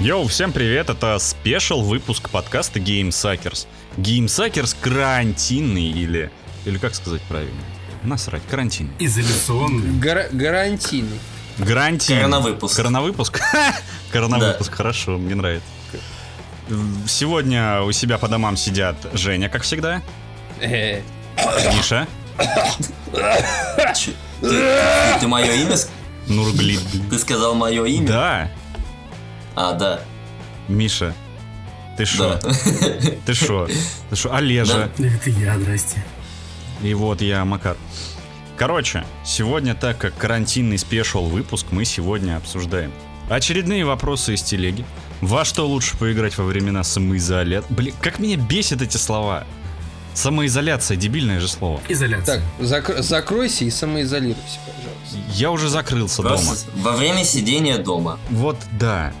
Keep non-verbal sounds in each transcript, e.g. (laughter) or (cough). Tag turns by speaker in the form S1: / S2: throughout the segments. S1: Йоу, всем привет, это спешл выпуск подкаста Game Suckers. Game Suckers карантинный или... Или как сказать правильно? Насрать, карантин.
S2: Изоляционный.
S3: Гар- гарантийный.
S1: Гарантин.
S4: Коронавыпуск.
S1: Короновыпуск. (laughs) Короновыпуск, хорошо, мне нравится. Сегодня у себя по домам сидят Женя, как всегда,
S3: Э,
S1: Миша,
S4: Чё? Ты, ты- ты мое имя? с-
S1: Нурглит.
S4: Ты сказал мое имя?
S1: Да,
S4: А, да.
S1: Миша, ты шо?
S4: Да.
S1: Ты шо? Ты шо? Олежа.
S2: Это я, здрасте.
S1: И вот я, Макар. Короче, сегодня, так как карантинный спешл выпуск, мы сегодня обсуждаем очередные вопросы из телеги. Во что лучше поиграть во времена самоизоляции? Блин, как меня бесят эти слова. Самоизоляция, дебильное же слово.
S2: Изоляция.
S3: Так, зак- закройся и самоизолируйся, пожалуйста.
S1: Я уже закрылся дома.
S4: Просто во время сидения дома.
S1: Вот да.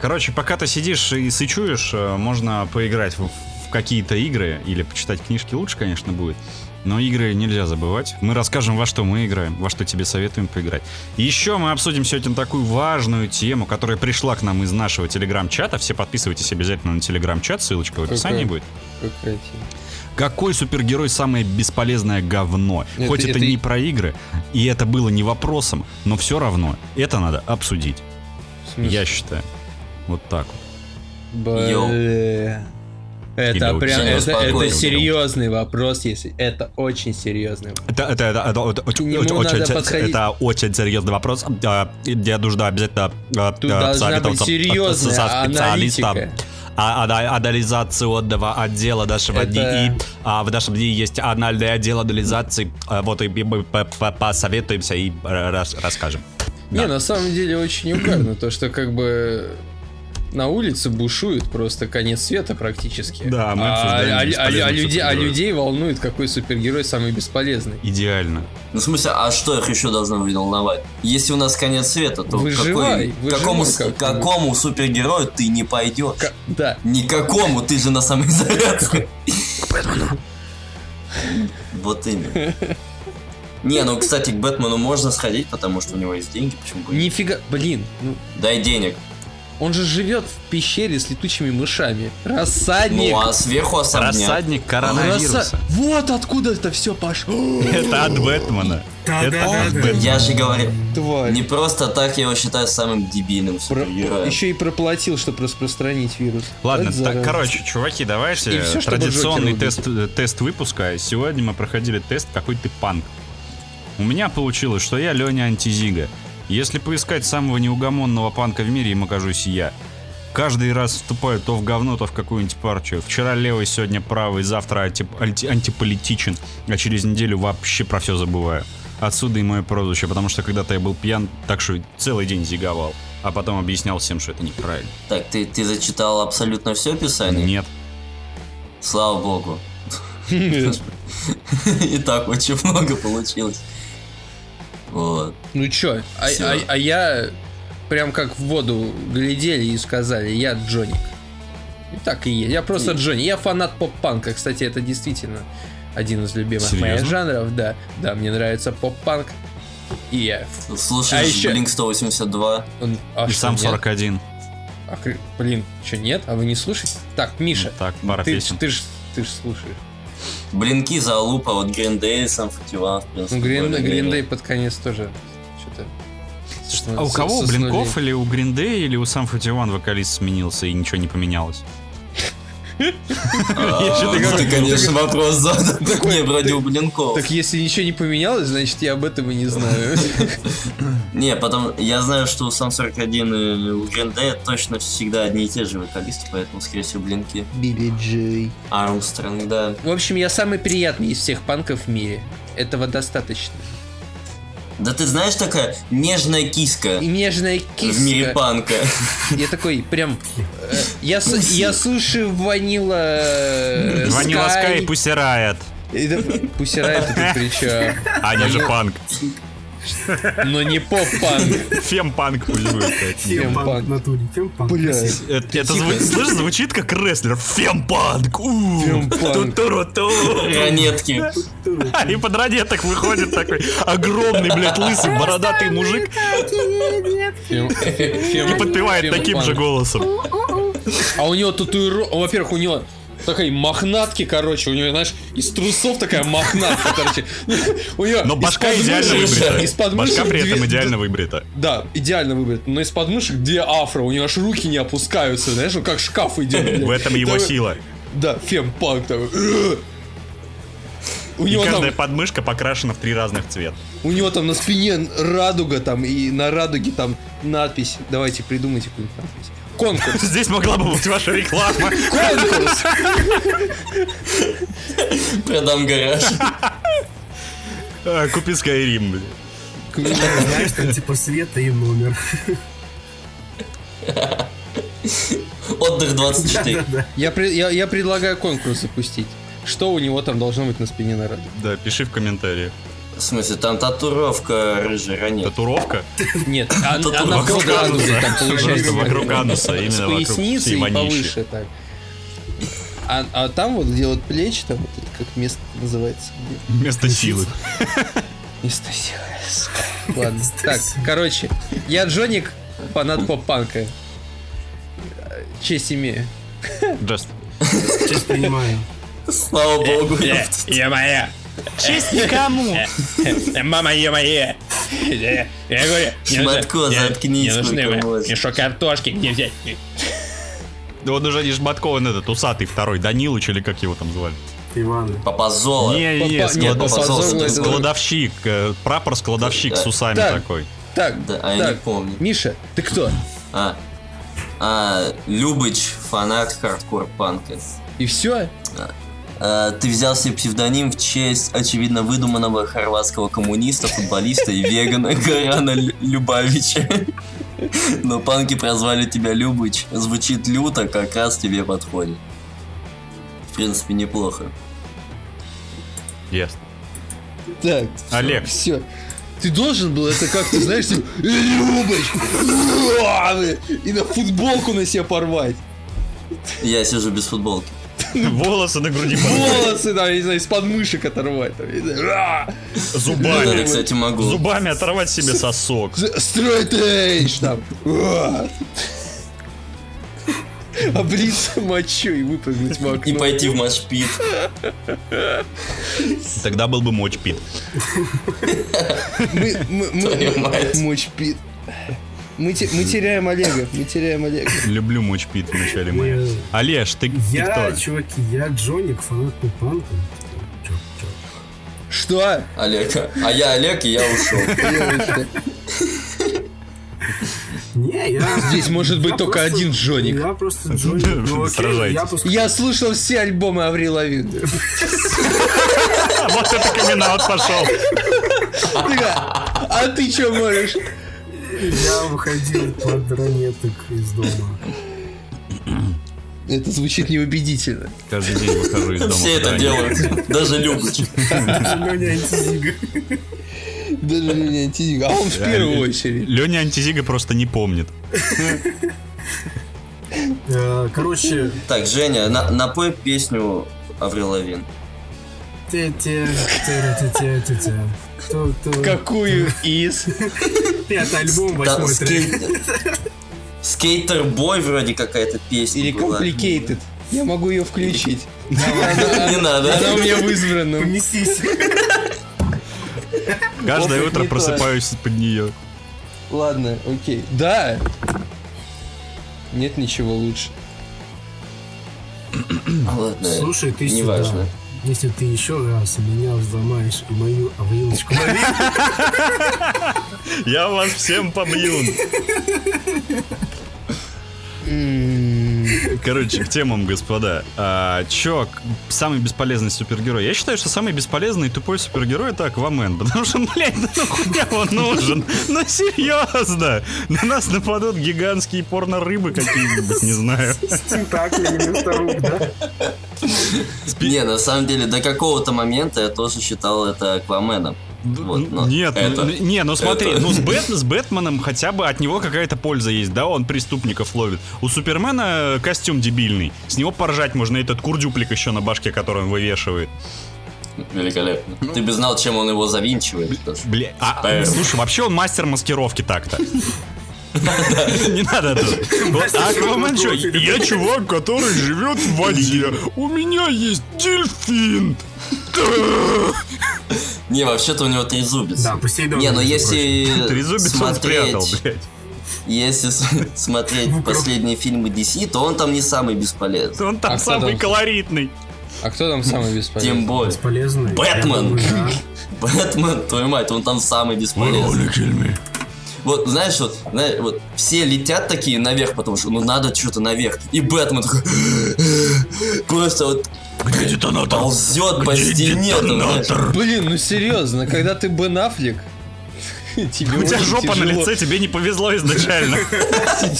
S1: Короче, пока ты сидишь и сычуешь, э, можно поиграть в, в какие-то игры или почитать книжки лучше, конечно, будет. Но игры нельзя забывать. Мы расскажем, во что мы играем, во что тебе советуем поиграть. И Еще мы обсудим сегодня такую важную тему, которая пришла к нам из нашего телеграм-чата. Все подписывайтесь обязательно на телеграм-чат, ссылочка в описании
S3: Какая?
S1: будет.
S3: Какая тема.
S1: Какой супергерой самое бесполезное говно?
S3: Нет,
S1: Хоть это,
S3: это-
S1: не про игры, и это было не вопросом, но все равно это надо обсудить.
S3: В смысле?
S1: Я считаю. Вот так вот.
S4: Йоу.
S3: Бля. Это
S1: Или
S3: прям,
S4: очень
S3: это, это
S4: успокоился.
S3: серьезный вопрос, если это очень серьезный вопрос.
S1: Это, это, это, это оч-
S3: К нему
S1: оч-
S3: надо
S1: очень, се-
S3: подходить.
S1: это очень серьезный вопрос. А, и Я нужно обязательно а,
S3: Тут
S1: а,
S3: должна быть
S1: советоваться
S3: серьезная
S1: со специалистом.
S3: аналитика.
S1: А, ана- анализационного отдела нашего
S3: Это-
S1: ДИИ. А в нашем ДИИ есть анальное отдел анализации. А, Вот и мы п- п- посоветуемся и э, рас- расскажем.
S3: Не,
S1: Да.
S3: на самом деле очень угарно то, что как бы на улице бушует просто конец света практически.
S1: Да, мы
S3: а,
S1: обсуждаем
S3: а- а-
S1: бесполезных
S3: а людей, а
S1: супергероев.
S3: людей волнует, какой супергерой самый бесполезный.
S1: Идеально.
S4: Ну, в смысле, а что их еще должно волновать? Если у нас конец света, то
S3: Выживай,
S4: какой-
S3: выживай
S4: какому, с-
S3: как-нибудь.
S4: какому супергерою ты не пойдешь?
S3: К- да.
S4: Никакому, ты же на самоизоляции. Вот именно. Не, ну, кстати, к Бэтмену можно сходить, потому что у него есть деньги, почему бы и нет?
S3: Нифига, блин, ну
S4: Дай денег.
S3: он же живет в пещере с летучими мышами. Рассадник.
S4: Ну, а сверху особняк.
S1: Рассадник
S3: Расса-
S1: коронавируса.
S3: Вот откуда это все пошло.
S1: Это от Бэтмена. Это от
S2: Да-да-да-да.
S1: Бэтмена.
S4: Я же говорил,
S3: (gasps) Тварь.
S4: Не просто так я его считаю самым дебильным
S3: Про-
S4: супергероем.
S3: Еще и проплатил, чтобы распространить вирус.
S1: Ладно,
S3: Вот
S1: так,
S3: зараза.
S1: короче, чуваки, давайте
S3: И всё, чтобы
S1: традиционный
S3: Джокера
S1: тест, э, тест выпуска. Сегодня мы проходили тест «Какой ты панк?». У меня получилось, что я Леня Антизига. Если поискать самого неугомонного панка в мире, им окажусь я. Каждый раз вступаю то в говно, то в какую-нибудь партию. Вчера левый, сегодня правый, завтра анти- анти- антиполитичен, а через неделю вообще про все забываю. Отсюда и мое прозвище, потому что когда-то я был пьян, так что целый день зиговал. А потом объяснял всем, что это неправильно.
S4: Так, ты, ты зачитал абсолютно все писание?
S1: Нет.
S4: Слава богу. (laughs) И так очень много получилось. Вот.
S3: Ну чё, а,
S4: Всё.
S3: а- а я прям как в воду глядели и сказали, я Джоник. И так и есть. Я просто
S4: И-
S3: Джонни. Я фанат поп-панка. Кстати, это действительно один из любимых моих
S1: Серьёзно?
S3: жанров. Да, да, мне нравится поп-панк. И я... А
S4: Слушаешь
S3: ещё-
S4: Blink 182.
S3: он- а
S1: и
S3: что,
S1: сам
S3: нет?
S1: 41.
S3: А кр- блин, что, нет? А вы не слушаете? Так, Миша,
S1: Ну, так, пара
S3: ты,
S1: песен.
S3: ты ж ты ж слушаешь.
S4: Блинки за лупа, вот Green Day, сам Фатива, в принципе.
S3: Ну, Грин,
S4: более-менее.
S3: Гриндей под конец тоже что-то...
S1: А у кого, у Блинков или у Гриндей, или у сам Фативан вокалист сменился и ничего не поменялось?
S4: А,
S1: Я что-то
S4: ну,
S1: говорю.
S4: Ты, конечно, вопрос задал.
S3: Такой-
S4: Не, вроде у Блинков.
S3: Так если ничего не поменялось, значит я об этом и
S1: (laughs)
S3: не знаю.
S4: Не, потом я знаю, что у Сам 41 и у Green Day точно всегда одни и те же вокалисты, поэтому, скорее всего, Блинки.
S3: Билли Джей.
S4: Армстронг, да.
S3: В общем, я самый приятный из всех панков в мире. Этого достаточно.
S4: Да ты знаешь, такая нежная киска
S3: И нежная
S4: в мире
S3: киска. (laughs)
S4: панка.
S3: Я такой прям... э, Я, с- я слушаю ванила... э,
S1: Ванила Скай и Пусирает.
S3: Пусирай ты при чём?
S1: Они же панк.
S3: Но не поп-панк.
S1: Фемпанк пусть будет.
S3: Фемпанк.
S2: Фемпанк в натуре, фемпанк.
S3: Блядь.
S1: Это, это зву-
S3: Типа.
S1: слышишь, звучит как рестлер. Фемпанк! у.
S3: Фемпанк.
S1: Ту-ту-ру-ту.
S3: (laughs)
S4: Марионетки.
S1: А, И под радеток выходит такой огромный, блядь, лысый, бородатый мужик (laughs)
S3: Фем- фем-
S1: и подпевает таким же
S3: фемпанк.
S1: голосом.
S3: А у него татуировка... Во-первых, у него такой мохнатки, короче, у него, знаешь, из трусов такая мохнатка, короче. (laughs) У него
S1: Но
S3: из
S1: башка идеально
S3: подмышек- (laughs) Из
S1: выбрита.
S3: подмышек
S1: Башка при этом
S3: две-
S1: идеально выбрита.
S3: Да, идеально выбрит. Но из подмышек две афро, у него аж руки не опускаются, знаешь, он как шкаф
S1: (laughs)
S3: идет. блядь.
S1: В этом его
S3: Такой-
S1: сила.
S3: Да, фемпанк такой. «Э». У
S1: И
S3: него, там,
S1: каждая подмышка покрашена в три разных цвета. (laughs)
S3: у него там на спине радуга там, и на радуге там надпись. Давайте придумайте какую-нибудь надпись.
S1: (laughs)
S3: Конкурс.
S1: Здесь могла бы быть ваша реклама. (laughs)
S3: Конкурс!
S4: Продам гараж.
S1: А, Купи Skyrim, блядь.
S2: Знаешь, там типа света и
S3: (laughs)
S2: номер.
S4: Отдых 24.
S2: Да-да-да.
S3: Я, пре- я, я предлагаю конкурс запустить. Что у него там должно быть на спине на радуге?
S1: Да, пиши в комментариях.
S4: В смысле, там татуировка
S3: (laughs)
S4: рыжая ранее.
S1: Татуровка?
S3: Нет, а- она
S1: Вокруг
S3: вокруг радуги там получается.
S1: ануса. (laughs) Вокруг
S3: такая.
S1: ануса,
S3: С
S1: именно вокруг
S3: поясницы
S1: всей
S3: и
S1: вонищи.
S3: повыше так. А, а там вот где вот плечи, там вот это как место называется. где-
S1: Вместо силы.
S3: Место силы. сука. Ладно, так, короче, я Джоник, фанат поп-панка. Э, Честь имею.
S1: Just.
S2: Сейчас понимаю.
S4: Слава богу.
S3: Я моя.
S1: Честь никому.
S3: Мама, е моя. Я говорю, ну,
S4: (laughs) Шматко, заткнись, сколько можно.
S3: мешок картошки где взять?
S1: Он уже не Жматков, он этот, усатый второй, Данилыч или как его там звали?
S2: Иваны.
S4: Попозола.
S1: Не-не,
S3: Попа- нет,
S1: склад-
S4: попозола,
S1: склад-
S4: это-
S1: складовщик, э, прапор складовщик с усами
S3: Так.
S1: такой.
S3: Так,
S4: Да, а я не
S3: так,
S4: помню.
S3: Миша, ты кто?
S4: А, а, Любыч, фанат хардкор-панка.
S3: И все?
S4: А, ты взял себе псевдоним в честь, очевидно, выдуманного хорватского коммуниста, футболиста и вегана Горана Лю- Любавича. Но панки прозвали тебя Любыч. Звучит люто, как раз тебе подходит. В принципе, неплохо.
S1: Yes.
S3: Так, (laughs)
S1: Олег,
S3: все. Ты должен был это как-то, знаешь, типа, «Э, Любыч! Ладно!» И на футболку на себя порвать.
S4: Я сижу без футболки.
S1: волосы на груди под-
S3: Волосы, там, я не знаю, из подмышек оторвать. Там, я не знаю, «А!» «Ра!»
S4: Ну, я,
S1: зубами.
S4: кстати, могу.
S1: Зубами оторвать себе сосок.
S3: З- Straight edge, там. «А!» «Ра!» Облиться мочой и выпрыгнуть в окно.
S4: И пойти в матчпит.
S1: Тогда был бы мочь пит.
S3: Мы, мы, мы,
S4: Твою мать.
S3: мочь пит. Мы, те- мы теряем Олега, мы теряем Олега.
S1: Люблю мочь пит в начале мая.
S2: Э,
S1: Олеж, ты, ты
S2: Я,
S1: кто?
S2: чуваки, я Джоник, фанат панка. Чё, чё?
S3: Что?
S4: Олег. А я Олег, и я ушел.
S3: Девочка.
S2: Не, я...
S3: Здесь может быть
S2: я
S3: только
S2: просто-
S3: один Джоник.
S2: Я просто Джоник. Ну, окей, я
S1: Сражайтесь.
S2: пускай...
S3: Я слушал все альбомы Аврил Лавин.
S1: А, Вот это камин пошел.
S3: А ты что можешь?
S2: Я выходил под ранеток из дома.
S3: Это звучит неубедительно.
S1: Каждый день выхожу из дома.
S4: Все это
S1: куда-нибудь.
S4: делают. Даже Любыч.
S2: Леня антизига.
S3: Даже меня антидик. А он в
S1: Да,
S3: первую
S1: они-
S3: очередь.
S1: Э, Леня Антизига просто не помнит.
S2: Э, Короче,
S4: Так, Женя, на- напой песню Аврил Лавин.
S2: те те те те те те те Ту- ту.
S3: Какую из?
S2: Пятый альбом,
S4: Да,
S2: восьмой трек.
S4: скейт... Скейтер-бой вроде какая-то песня
S3: Или
S4: была.
S3: Complicated? Я могу ее включить.
S4: Не надо.
S3: Она у (laughs) меня в избранном.
S2: Поместись.
S1: Каждое
S3: Опыт
S1: утро
S3: не то.
S1: просыпаюсь под нее.
S3: Ладно, окей. Да! Нет ничего лучше.
S4: А, Ладно.
S2: Слушай, ты
S4: Неважно.
S2: сюда. Если ты еще раз меня взломаешь и мою авилочку
S1: Я вас всем побью.
S3: М,
S1: Короче, к темам, господа. А, чё, к- самый бесполезный супергерой? Я считаю, что самый бесполезный и тупой супергерой это Аквамен, потому что, блядь, да нахуя он нужен? Ну серьезно! На нас нападут гигантские порно-рыбы какие-нибудь, не знаю.
S2: с тентаклями вместо рук, да?
S4: Не, на самом деле, до какого-то момента я тоже считал это Акваменом.
S1: Д-
S4: Вот, ну,
S1: Нет,
S4: это-
S1: ну, не, ну смотри,
S4: это.
S1: ну с, Бэт- с Бэтменом хотя бы от него какая-то польза есть, да, он преступников ловит. У Супермена э, костюм дебильный, с него поржать можно этот курдюплик еще на башке, который он вывешивает.
S4: Великолепно. Ты бы знал, чем он его завинчивает. даже.
S1: Бля, а,
S4: Э.
S1: слушай, вообще он мастер маскировки так-то. (laughs) Не надо тут. Вот, а Аквамен чё? Я чувак, который живет в воде. У меня есть дельфин.
S4: Не, вообще-то у него трезубец.
S2: Да, Посейдон.
S4: Не, но
S2: между
S4: если
S1: (laughs) Трезубец он спрятал,
S4: смотреть,
S1: блядь.
S4: если с- (laughs) смотреть последние фильмы DC, то он там не самый бесполезный.
S1: Он там
S3: А кто
S1: самый
S3: там?
S1: колоритный.
S3: А кто там самый
S4: Тем
S3: бесполезный?
S4: более,
S2: Бесполезный.
S4: Бэтмен!
S2: Я думаю,
S4: Бэтмен, твою мать, он там самый бесполезный. Вот, знаешь, вот, знаешь, вот все летят такие наверх, потому что ну надо что-то наверх. И Бэтмен такой (gasps) просто вот
S1: Где детонатор?
S4: ползет по стене. там, знаешь.
S3: Блин, ну серьезно, когда ты Бен Аффлек, (laughs) тебе
S1: У тебя
S3: очень
S1: жопа на
S3: тяжело.
S1: лице, тебе не повезло изначально.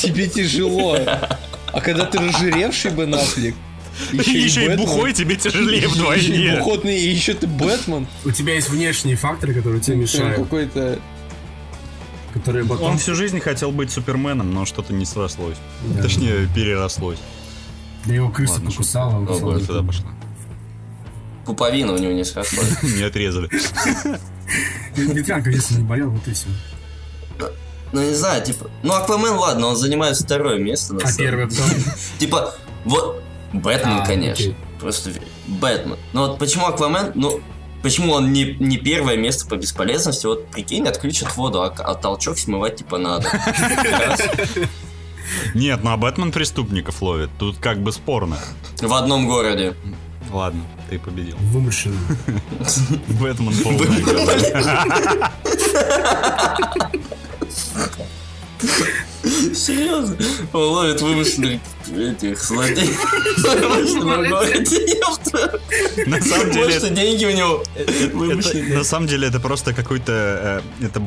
S3: Тебе тяжело. А когда ты разжиревший Бен
S1: (laughs)
S3: Аффлек,
S1: Еще и
S3: Бэтмен,
S1: бухой тебе тяжелее
S3: Еще и
S1: вдвойне.
S3: бухотный, и еще ты Бэтмен.
S2: да. У тебя есть внешние факторы, которые тебе
S3: Прям
S2: мешают,
S3: какой-то...
S2: которые
S1: Он
S2: потом...
S1: всю жизнь хотел быть Суперменом, но что-то не срослось. Точнее, перерослось.
S2: Да его крыса
S1: Ладно,
S2: покусала. а он
S4: шутка. О,
S2: слабый.
S4: Господи.
S1: Сюда пошла. (laughs)
S4: Пуповина у него не сошла.
S1: Не отрезали.
S2: Ветрянка, если не болел, вот и все.
S4: Ну не знаю, типа. Ну Аквамен, ладно, он занимает второе место на
S2: А
S4: самом
S2: первый кто?
S4: Типа, вот Бэтмен,
S2: А,
S4: конечно.
S2: окей.
S4: Просто ве- Бэтмен. Но вот почему Аквамен, ну, почему он не, не первое место по бесполезности? Вот прикинь, отключат воду, а, к- а толчок смывать типа надо.
S1: (laughs) Нет, ну а Бэтмен преступников ловит. Тут как бы спорно.
S4: В одном городе.
S1: Ладно, ты победил.
S2: Вымышленный.
S1: Бэтмен полный.
S4: Серьезно? Он ловит вымышленных этих злодеев. Вымышленном городе. ёпта.
S1: На самом деле...
S4: Может, и деньги у него
S1: Это,
S4: вымышленные.
S1: на самом деле это просто какое-то э, это б-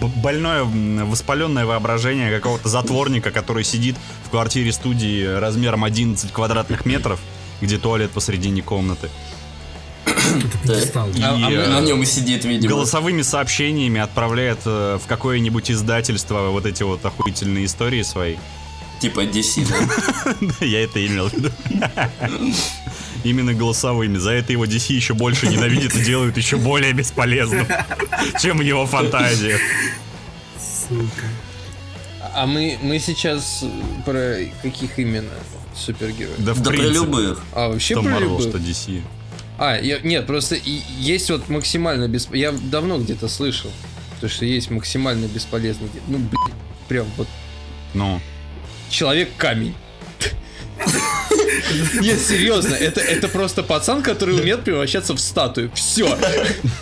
S1: б- больное м, воспаленное воображение какого-то затворника, который сидит в квартире студии размером 11 квадратных метров, где туалет посредине комнаты.
S2: Это пьедестал.
S1: И,
S3: А- а мы-
S1: э,
S4: На нем и сидит, видимо.
S1: голосовыми сообщениями отправляет э, в какое-нибудь издательство вот эти вот охуительные истории свои. (laughs)
S4: Типа DC, да?
S1: Да, Я это имел в виду. (laughs) Именно голосовыми. За это его DC еще больше ненавидит и делают еще более бесполезным, (laughs) чем его фантазия.
S2: Сука.
S3: А мы, мы сейчас про каких именно супергероев?
S1: Да, в
S4: Да при
S1: принципе.
S4: любых.
S3: А вообще
S1: Что
S3: про
S1: Marvel,
S3: любых?
S1: что DC.
S3: А, я- нет, просто и- есть вот максимально бесп... Я давно где-то слышал, то, что есть максимально бесполезный... ге- Ну, блин, прям вот
S1: Ну,
S3: человек-камень. (laughs) Нет, серьезно, это, это просто пацан, который умеет превращаться в статую. Все.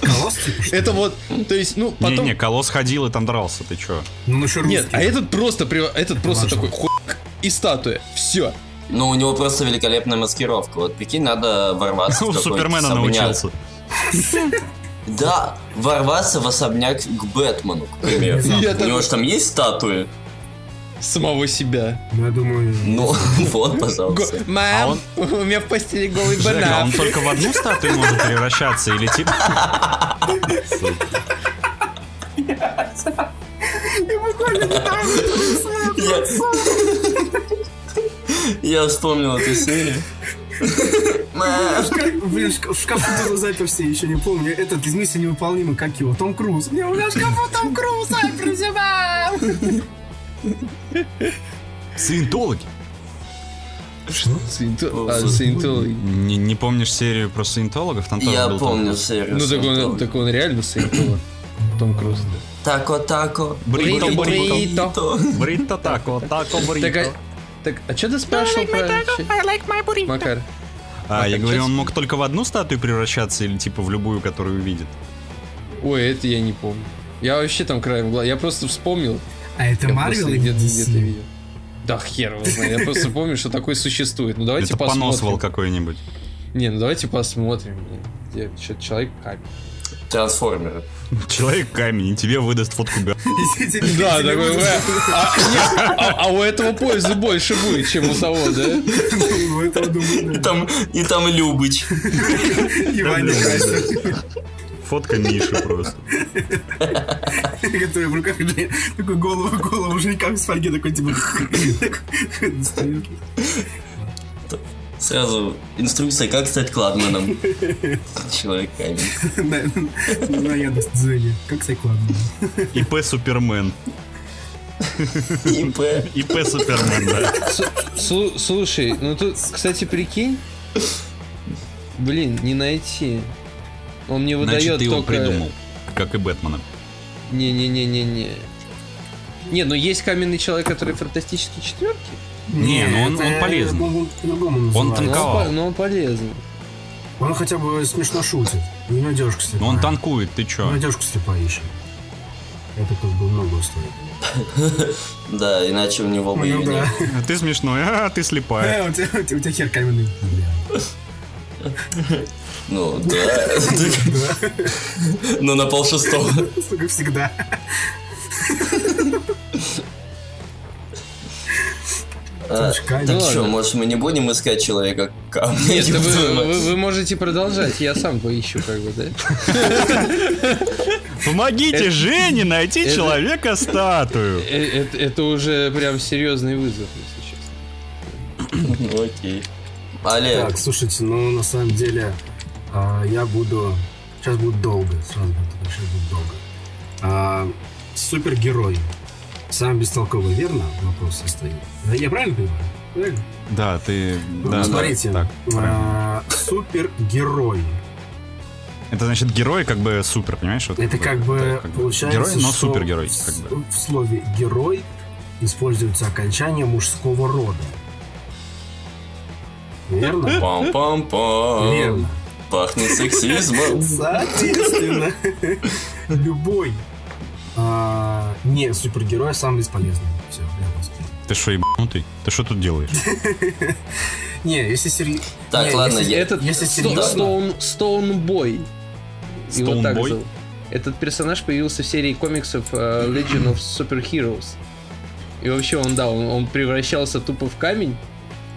S2: Колосс, типа, что ли?
S3: Это вот, то есть, ну, потом...
S1: не-не, Колосс ходил и там дрался, ты чё?
S2: Ну, он еще русский.
S3: Нет, а этот просто, прев- этот просто
S2: важно.
S3: такой хуй и статуя. Все.
S4: Ну, у него просто великолепная маскировка. Вот прикинь, надо
S1: (laughs)
S4: ворваться
S1: У
S4: в какой-нибудь
S1: Супермена
S4: особняк.
S1: научился.
S4: Да, ворваться в особняк к Бэтмену, к примеру.
S2: Не
S3: знаю.
S4: У него же там есть статуи?
S3: Самого себя.
S2: Ну, я думаю...
S4: Ну, (laughs) вот,
S3: Го-
S4: пожалуйста.
S1: А
S3: Мам,
S1: он-
S3: у меня в постели голый
S1: Жека, а он
S3: банан.
S1: только в одну статую может превращаться или типа...
S4: Я... (laughs) Я вспомнил эту серию.
S2: Шкаф- ну, Блин, шка- в шкафу кто-то заперся, я еще не помню. Этот из миссии невыполнима, как его? Том Круз. Не, у меня в шкафу Том Круз, ай, призываю!
S1: Саентологи.
S3: Саенту-
S4: О,
S3: а, саентологи.
S1: Не, не помнишь серию про саентологов? Там тоже
S4: Я
S1: был
S4: помню серию.
S3: Ну, так он, так он реально саентолог. Том Круз.
S4: Тако, тако.
S1: Брито,
S4: брито,
S3: брито.
S4: брито.
S1: Бритта тако, тако,
S3: Так,
S1: бритто.
S3: а, так, а что ты спрашивал про... че- Макар,
S1: А, я
S3: как
S1: говорю,
S3: сейчас?
S1: он мог только в одну статую превращаться или типа в любую, которую увидит?
S3: ой, это я не помню. Я вообще там краем глаза, я просто вспомнил.
S2: А это
S3: Я
S2: Марвел
S3: просто
S2: или
S3: где-то где-то
S2: DC?
S3: видел. Да хер его знает, я просто помню, что такое существует. Ну давайте
S1: Это поносвал
S3: посмотрим.
S1: какой-нибудь.
S3: Не, ну давайте посмотрим. Где чё- человек камень.
S4: Трансформеры.
S1: Человек камень, и тебе выдаст фотку га-
S3: Да,
S2: Тебе
S3: такой,
S2: выдаст-
S3: «Э, а, нет, а, а у этого пользы больше будет, чем у того, да?
S2: Ну, это, я думаю,
S4: И там, и там Любыч.
S2: да. И Ваня Кайсер.
S1: Фотка Миши просто.
S2: Который в руках Джей- такой голову, голову жирникам из фольги такой типа. достает.
S4: Сразу инструкция, как стать кладманом. Человек камень.
S2: На на Яндекс.Дзене. Как сайкладно.
S1: ИП Супермен.
S4: ИП.
S1: ИП Супермен, да.
S3: Слу- Слушай, ну тут, кстати, прикинь. Блин, не найти. Он мне выдает
S1: Значит, ты его
S3: только...
S1: придумал. Как и Бэтмена.
S3: Не-не-не-не-не. Не, ну есть каменный человек, который фантастический четверки.
S1: Не, ну он-
S2: это
S1: он полезен.
S2: по-моему, по-другому называется.
S1: танк-
S3: Но,
S1: Кого?
S3: он по- но он полезен.
S2: Он хотя бы смешно шутит. У него девушка слепая.
S1: Но Ну, он танкует, ты
S2: У
S1: чё?
S2: него девушка слепая еще. Это как бы много стоит.
S4: Да, иначе у него бы её
S2: Ну
S4: не
S2: да.
S1: А Ты смешной, а ты
S2: (laughs)
S1: слепая.
S2: Э, У тебя у тебя- у тебя хер каменный.
S4: Ну, да. Но на полшестого.
S2: Бля, Сука, всегда.
S4: А,
S2: Очками.
S4: Так
S3: Ну
S4: что,
S3: ладно.
S4: может, мы не будем искать человека А? камня?
S3: Нет, да
S4: ёб
S3: вы,
S4: твою мать?
S3: вы- вы можете продолжать, я сам поищу, как бы, да?
S1: Помогите Жене найти
S3: это-
S1: человека-статую.
S3: Э, Это, это уже прям серьезный вызов, если честно.
S4: Ну, Окей. Олег,
S2: Так, слушайте, ну на самом деле а, я буду... Сейчас будет долго, сразу будет, сейчас будет долго. А, супергерой. Сам бестолковый, верно? Вопрос состоит. Да, Я правильно понимаю? Правильно?
S1: Да, ты...
S2: Ну,
S1: да, да,
S2: смотрите.
S1: так, правильно.
S2: а, супергерой.
S1: Это значит герой как бы супер, понимаешь? Вот
S2: Это как бы
S1: да, как
S2: получается,
S1: Герой, но
S2: что
S1: супергерой.
S2: в-
S1: Как бы.
S2: В слове «герой» используется окончание мужского рода. Верно?
S4: пам-пам-пам,
S2: Верно.
S4: пахнет сексизмом.
S2: Соответственно, (laughs) любой а, не супергерой самый бесполезный. Все,
S1: Ты что, ебанутый? Ты что тут
S2: (laughs)
S1: делаешь?
S2: Не, если серьезно...
S4: Так, ладно,
S2: если...
S4: я-
S3: Этот
S2: если серьезно-
S3: Стоунбой.
S1: Стоунбой?
S3: Этот персонаж появился в серии комиксов э, Legend of Super Heroes. И вообще он, да, он, он превращался тупо в камень.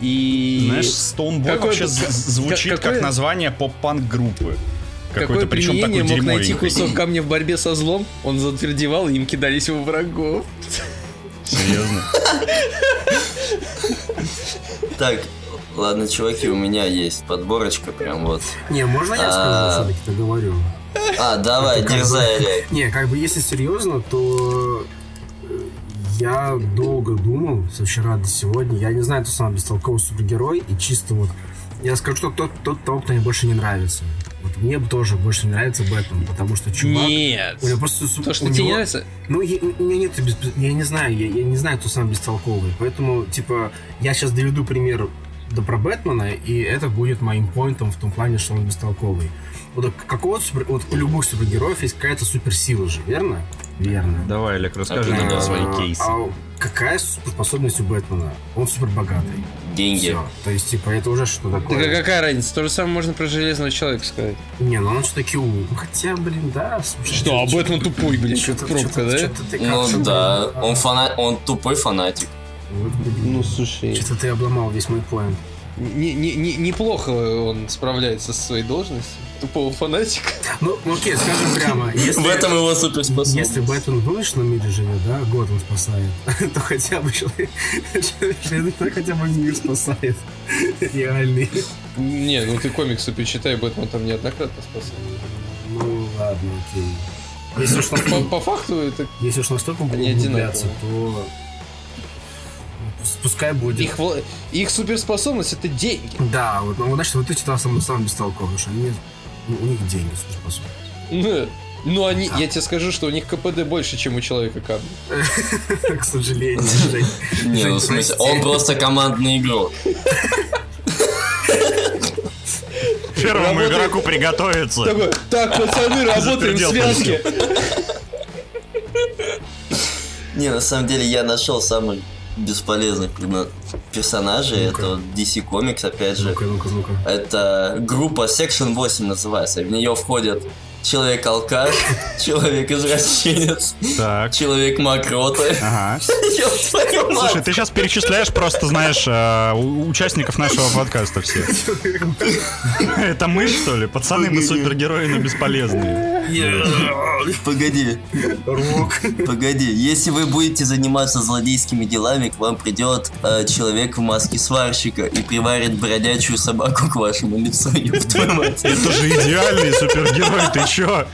S3: И
S1: Знаешь, Stoneboy
S3: Какое
S1: вообще
S3: бы-
S1: з-
S3: ка-
S1: звучит
S3: какое-
S1: как название поп-панк группы.
S3: какое
S1: Какой-то причем такой
S3: применение мог найти
S1: дерьмовенький.
S3: кусок камня в борьбе со злом? Он затвердевал, и им кидались его врагов.
S1: Серьезно.
S4: Так, ладно, чуваки, у меня есть подборочка прям вот.
S2: Не, можно я
S4: А.
S2: скажу, все-таки договорю?
S4: А, давай,
S2: Это как
S4: дерзай, Олег.
S2: Не, как бы если серьезно, то э, я долго думал со вчера до сегодня. Я не знаю, кто самый бестолковый супергерой. И чисто вот я скажу, что тот, тот того, кто мне больше не нравится. Вот мне бы тоже больше не нравится Бэтмен, потому что чувак...
S3: Нет.
S2: У него просто... су-
S3: То, что
S2: у
S3: тебе не
S2: него-
S3: нравится?
S2: Ну, я, у меня нет, бесп- я не знаю, я, я не знаю, кто самый бестолковый. Поэтому, типа, я сейчас доведу пример до про Бэтмена, и это будет моим поинтом в том плане, что он бестолковый. Вот у какого супер- вот у любых супергероев есть какая-то суперсила же, верно? Верно.
S1: Давай, Олег, расскажи
S4: А,
S1: нам про свои
S2: А,
S1: кейсы.
S2: а какая суперспособность у Бэтмена? Он супербогатый.
S4: Деньги.
S2: Все. То есть, типа, это уже что
S3: Да
S2: такое?
S3: какая разница? То же самое можно про Железного Человека сказать.
S2: Не, ну он все-таки умный. Ну, Хотя, блин, да, слушай.
S3: Что, об этом тупой, блин,
S2: Чё-то-
S3: пробка,
S2: чё-то-
S3: да?
S2: чё-то ты как-
S4: Ну
S2: чё-то-
S4: да,
S2: а,
S4: он фана... он тупой фанатик.
S2: вот, блин.
S3: Ну, слушай,
S2: Что-то ты обломал весь мой план.
S3: не- не- не- неплохо он справляется со своей должностью. Тупого фанатика.
S2: Ну, ну, окей, скажем прямо. Если,
S4: В этом его суперспособность. ну,
S2: если Бэтмен в вымышленном мире живет, да, год он спасает, (laughs) то хотя бы человек, человек так хотя бы мир спасает. Реальный.
S3: Не, ну ты комиксы почитай, Бэтмен там неоднократно спасал.
S2: Ну, ладно, окей. Если уж,
S3: По,
S2: настолько,
S3: по факту это...
S2: если уж настолько
S3: Они
S2: углубляться, то пускай будет.
S3: Их, вла- их суперспособность это деньги.
S2: Да, вот, ну, значит, вот эти там самые самые бестолковые, что они, ну, у них деньги, слушай, по сути. (laughs)
S3: Ну, ну они, я тебе скажу, что у них КПД больше, чем у человека камня.
S2: К сожалению, Жень.
S4: Не, ну
S2: Жень,
S4: в смысле,
S2: прости.
S4: он просто командный игрок.
S1: Первому
S3: Работает-
S1: игроку приготовиться.
S3: Такой, так, пацаны, работаем в
S1: Затвердел
S3: связке.
S4: Не, на самом деле я нашел самых бесполезных на- персонажей.
S2: Ну-ка.
S4: Это вот DC Comics, опять же.
S2: Ну-ка, ну-ка, ну-ка.
S4: Это группа Section 8 называется. и В нее входят
S2: (laughs)
S4: Человек-алкаш, Человек-извращенец,
S1: Так.
S4: Человек-мокрота.
S2: А.
S1: Ага.
S4: (laughs) Ёб твою мать.
S1: Слушай, ты сейчас перечисляешь просто, знаешь, а, у- участников нашего
S3: (laughs)
S1: подкаста все. Это мы, что ли? Пацаны, мы супергерои, но бесполезные.
S4: Погоди,
S2: Рок.
S4: погоди. Если вы будете заниматься злодейскими делами, к вам придет э, человек в маске сварщика и приварит бродячую собаку к вашему лицу. ёб твою мать.
S1: Это же идеальный супергерой, ты чё?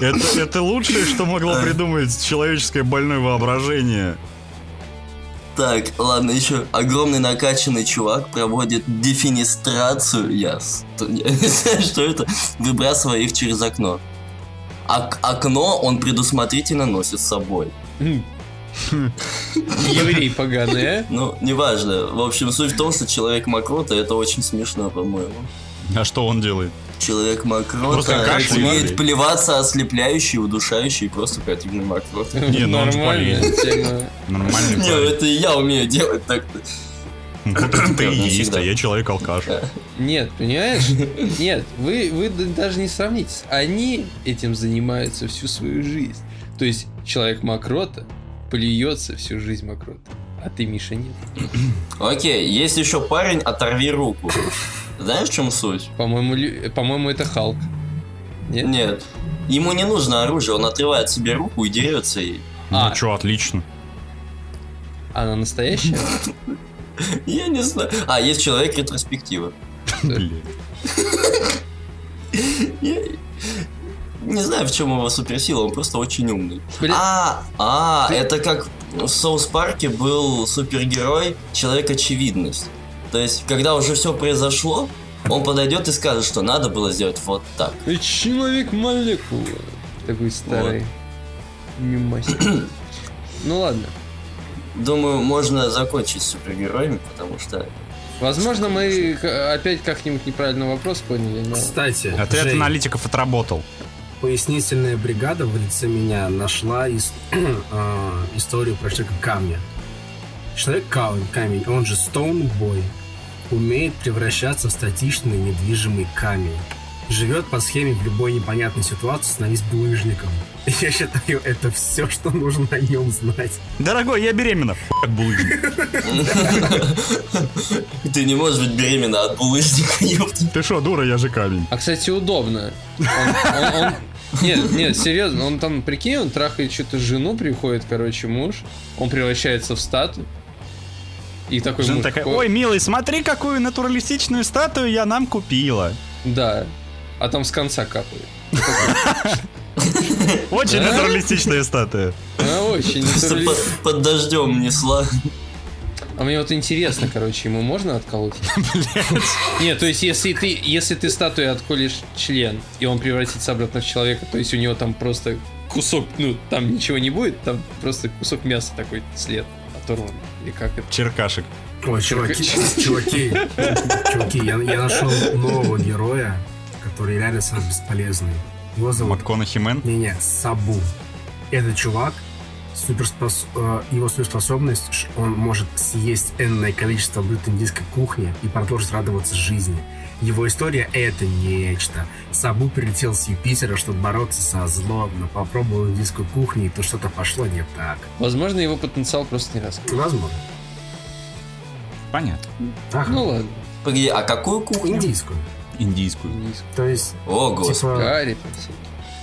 S1: Это, это лучшее, что могло придумать человеческое больное воображение.
S4: Так, ладно, еще огромный накачанный чувак проводит дефинистрацию. Я с- я не (laughs) знаю, что это, выбрасывая их через окно. А окно он предусмотрительно носит с собой.
S3: Еврей поганый, а?
S4: Ну, неважно. В общем, суть в том, что человек Макрота это очень смешно, по-моему.
S1: А что он делает?
S4: Человек
S1: Просто
S4: Макрота
S1: кашляет.
S4: умеет плеваться ослепляющий, удушающий и просто противный Макрот.
S1: Не, ну он же
S3: Нормальная тема.
S1: Нормальный
S4: (laughs) Не,
S1: парень.
S4: это и я умею делать так.
S1: Вот это ты и
S4: Правда,
S1: есть,
S4: всегда.
S1: а я человек-алкаш.
S3: Нет, понимаешь? Нет, вы, вы д- даже не сравнитесь. Они этим занимаются всю свою жизнь. То есть человек Макрота плюется всю жизнь Макрота. А ты, Миша, нет.
S4: Окей, есть еще парень, оторви руку. Знаешь, в чем суть?
S3: По-моему, лю- э, по-моему, это Халк. Нет?
S4: Нет. Ему не нужно оружие, он отрывает себе руку и (laughs) дерется ей.
S1: Ну
S3: А.
S1: чё, отлично.
S3: Она настоящая?
S4: Я не знаю. А, есть человек ретроспектива.
S1: Блин.
S4: Я Не знаю, в чем его суперсила, он просто очень умный.
S3: Бля-
S4: А, а, это как в Соус Парке был супергерой Человек Очевидность. То есть, когда уже все произошло, он подойдет и скажет, что надо было сделать вот так.
S3: Э, Человек молекула. Такой старый. Мемасик. Ну ладно.
S4: Думаю, можно закончить с супергероями, потому что
S3: Возможно, мы к- опять как-нибудь неправильно вопрос поняли, но...
S2: Кстати,
S1: А ты от
S2: Жень,
S1: аналитиков отработал.
S2: пояснительная бригада в лице меня нашла ис- (clears throat) э, историю про человека камня. Человек кам- камень, он же Stone Boy, умеет превращаться в статичный недвижимый камень. Живет по схеме в любой непонятной ситуации, становись булыжником. (laughs) Я считаю, это все, что нужно о нем знать.
S1: Дорогой, я беременна. Как булыжник.
S4: ты не можешь быть беременна от булыжника, (laughs) ёпта.
S1: Ты шо, дура, я же камень.
S3: А, кстати, удобно. Он- он- он- Нет, нет, серьезно, он там, прикинь, он трахает что-то жену, приходит, короче, муж, он превращается в статую. И такой
S1: Жена
S3: муж...
S1: такая,
S3: такой,
S1: ой, милый, смотри, какую натуралистичную статую я нам купила.
S3: Да. А там с конца капает.
S1: Очень
S3: Да?
S1: натуралистичная статуя.
S3: Она очень
S4: Просто
S3: натурали-
S4: под- под дождем несла.
S3: А мне вот интересно, короче, ему
S1: (laughs)
S3: можно отколоть? Нет, то есть если ты, если ты статуи отколешь член, и он превратится обратно в человека, то есть у него там просто кусок, ну, там ничего не будет, там просто кусок мяса такой след оторван. И как это?
S1: Черкашек.
S2: Ой, чуваки, чуваки, чуваки, я, я нашел нового героя, который реально самый бесполезный. Его зовут
S1: МакКонахи Мэн.
S2: Не-не, Сабу. Этот чувак, суперспос... э, его суперспособность, ш- он может съесть энное количество блюд индийской кухни и продолжить радоваться жизни. Его история — это нечто. Сабу прилетел с Юпитера, чтобы бороться со злом, но попробовал индийскую кухню, и то что-то пошло не так.
S3: Возможно, его потенциал просто не раскрыт.
S2: Возможно.
S1: Понятно.
S2: Ага.
S3: Ну ладно,
S4: Погоди, а какую кухню?
S2: Индийскую.
S1: Индийскую.
S3: не
S2: То есть,
S4: О, господи.
S2: типа,
S3: искали там всякие.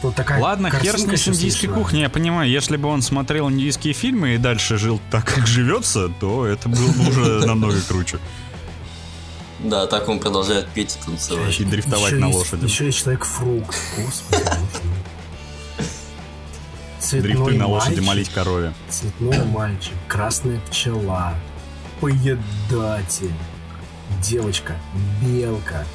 S2: вот такая
S1: Ладно, хер с
S2: картинка
S1: ним с
S2: сейчас
S1: индийской
S2: вышла.
S1: кухней, я понимаю, если бы он смотрел индийские фильмы и дальше жил так, как живется, то это было бы
S3: (laughs)
S1: уже намного круче.
S4: Да, так он продолжает петь и танцевать.
S1: И дрифтовать
S2: Еще
S1: на
S2: есть-
S1: лошади.
S2: Еще есть человек-фрукт.
S1: (laughs)
S2: Господи, боже мой. Цветной
S1: Дрифтуй на лошади,
S2: мальчик,
S1: молить корове.
S2: Цветной мальчик, красная пчела, поедатель, девочка, белка,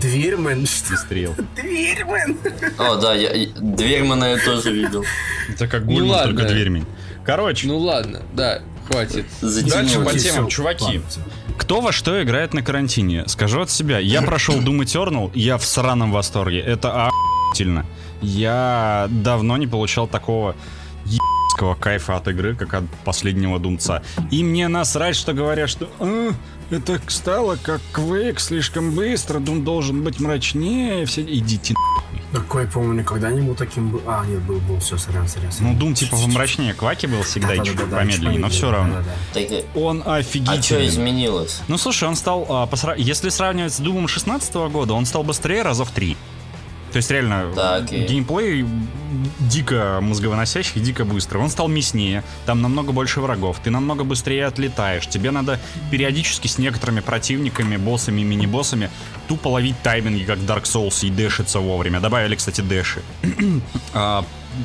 S2: дверьмен, (laughs) что?
S3: (laughs)
S1: Стрел.
S2: Дверьмен!
S4: О, да, я, и- Дверьмана я тоже видел.
S1: Это как
S3: Ну
S1: Гульман,
S3: ладно.
S1: только дверьми. Короче,
S3: Ну ладно, да, хватит.
S1: Дальше по
S4: Затянулось.
S1: темам,
S2: всё,
S1: чуваки.
S2: ладно, всё.
S1: кто во что играет на карантине? Скажу от себя. Я прошел Doom Eternal, я в сраном восторге. Это охуительно. Я давно не получал такого ебского кайфа от игры, как от последнего Думца. И мне насрать, что говорят, что «А, это стало как Квейк, слишком быстро, Дум должен быть мрачнее. Все... Идите на-
S2: Такой, по-моему, никогда не был таким... бу- А, нет, был, был, все, сорян, сорян.
S1: Ну,
S2: сорян.
S1: Дум типа мрачнее Кваки был всегда и
S2: Да-да-да-да,
S1: чуть
S2: чуть
S1: помедленнее, но все равно.
S2: да-да-да.
S4: Так, э,
S1: Он
S4: а что
S1: офигительный.
S4: изменилось?
S1: Ну слушай, он стал, а, по сра- если сравнивать с Думом 16 года, он стал быстрее раза в три. То есть реально
S4: Так, и-
S1: геймплей дико мозговоносящий, дико быстро. Он стал мяснее, там намного больше врагов, ты намного быстрее отлетаешь. Тебе надо периодически с некоторыми противниками, боссами и мини-боссами тупо ловить тайминги, как в Dark Souls, и дэшиться вовремя. Добавили, кстати, дэши. (clears throat) А,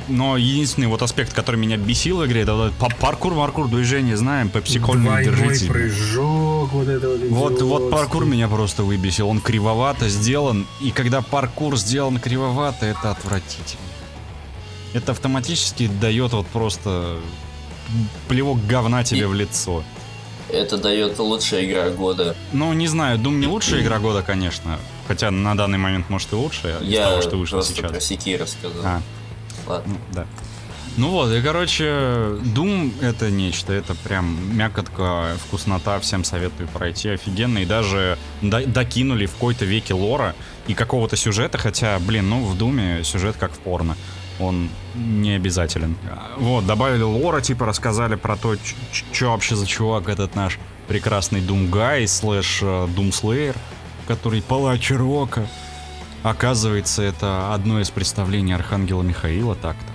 S1: но единственный вот аспект, который меня бесил в игре, это вот пар- паркур, паркур, движение знаем, пепсикольно
S2: Двойной
S1: держите.
S2: прыжок, вот это вот.
S1: Вот, вот
S2: идиотский.
S1: паркур меня просто выбесил. Он кривовато сделан, и когда паркур сделан кривовато, это отвратительно. Это автоматически дает вот просто плевок говна тебе
S4: И-
S1: в лицо.
S4: Это дает лучшая игра года.
S1: Ну, не знаю, Doom не лучшая игра года, конечно. Хотя на данный момент, может, и лучшая из
S4: Я
S1: того, что вышло
S4: просто
S1: сейчас.
S4: про Секи рассказал.
S1: А,
S4: Ладно.
S1: ну, да. Ну вот, и, короче, Doom — это нечто, это прям мякотка, вкуснота, всем советую пройти, офигенно, и даже до- докинули в какой-то веке лора и какого-то сюжета, хотя, блин, ну, в Думе сюжет как в порно, он не обязателен. А, Вот, добавили лора, типа, рассказали про то, что вообще за чувак этот наш прекрасный Думгай слэш э, Думслеер, который палач рока. Оказывается, это одно из представлений Архангела Михаила так-то.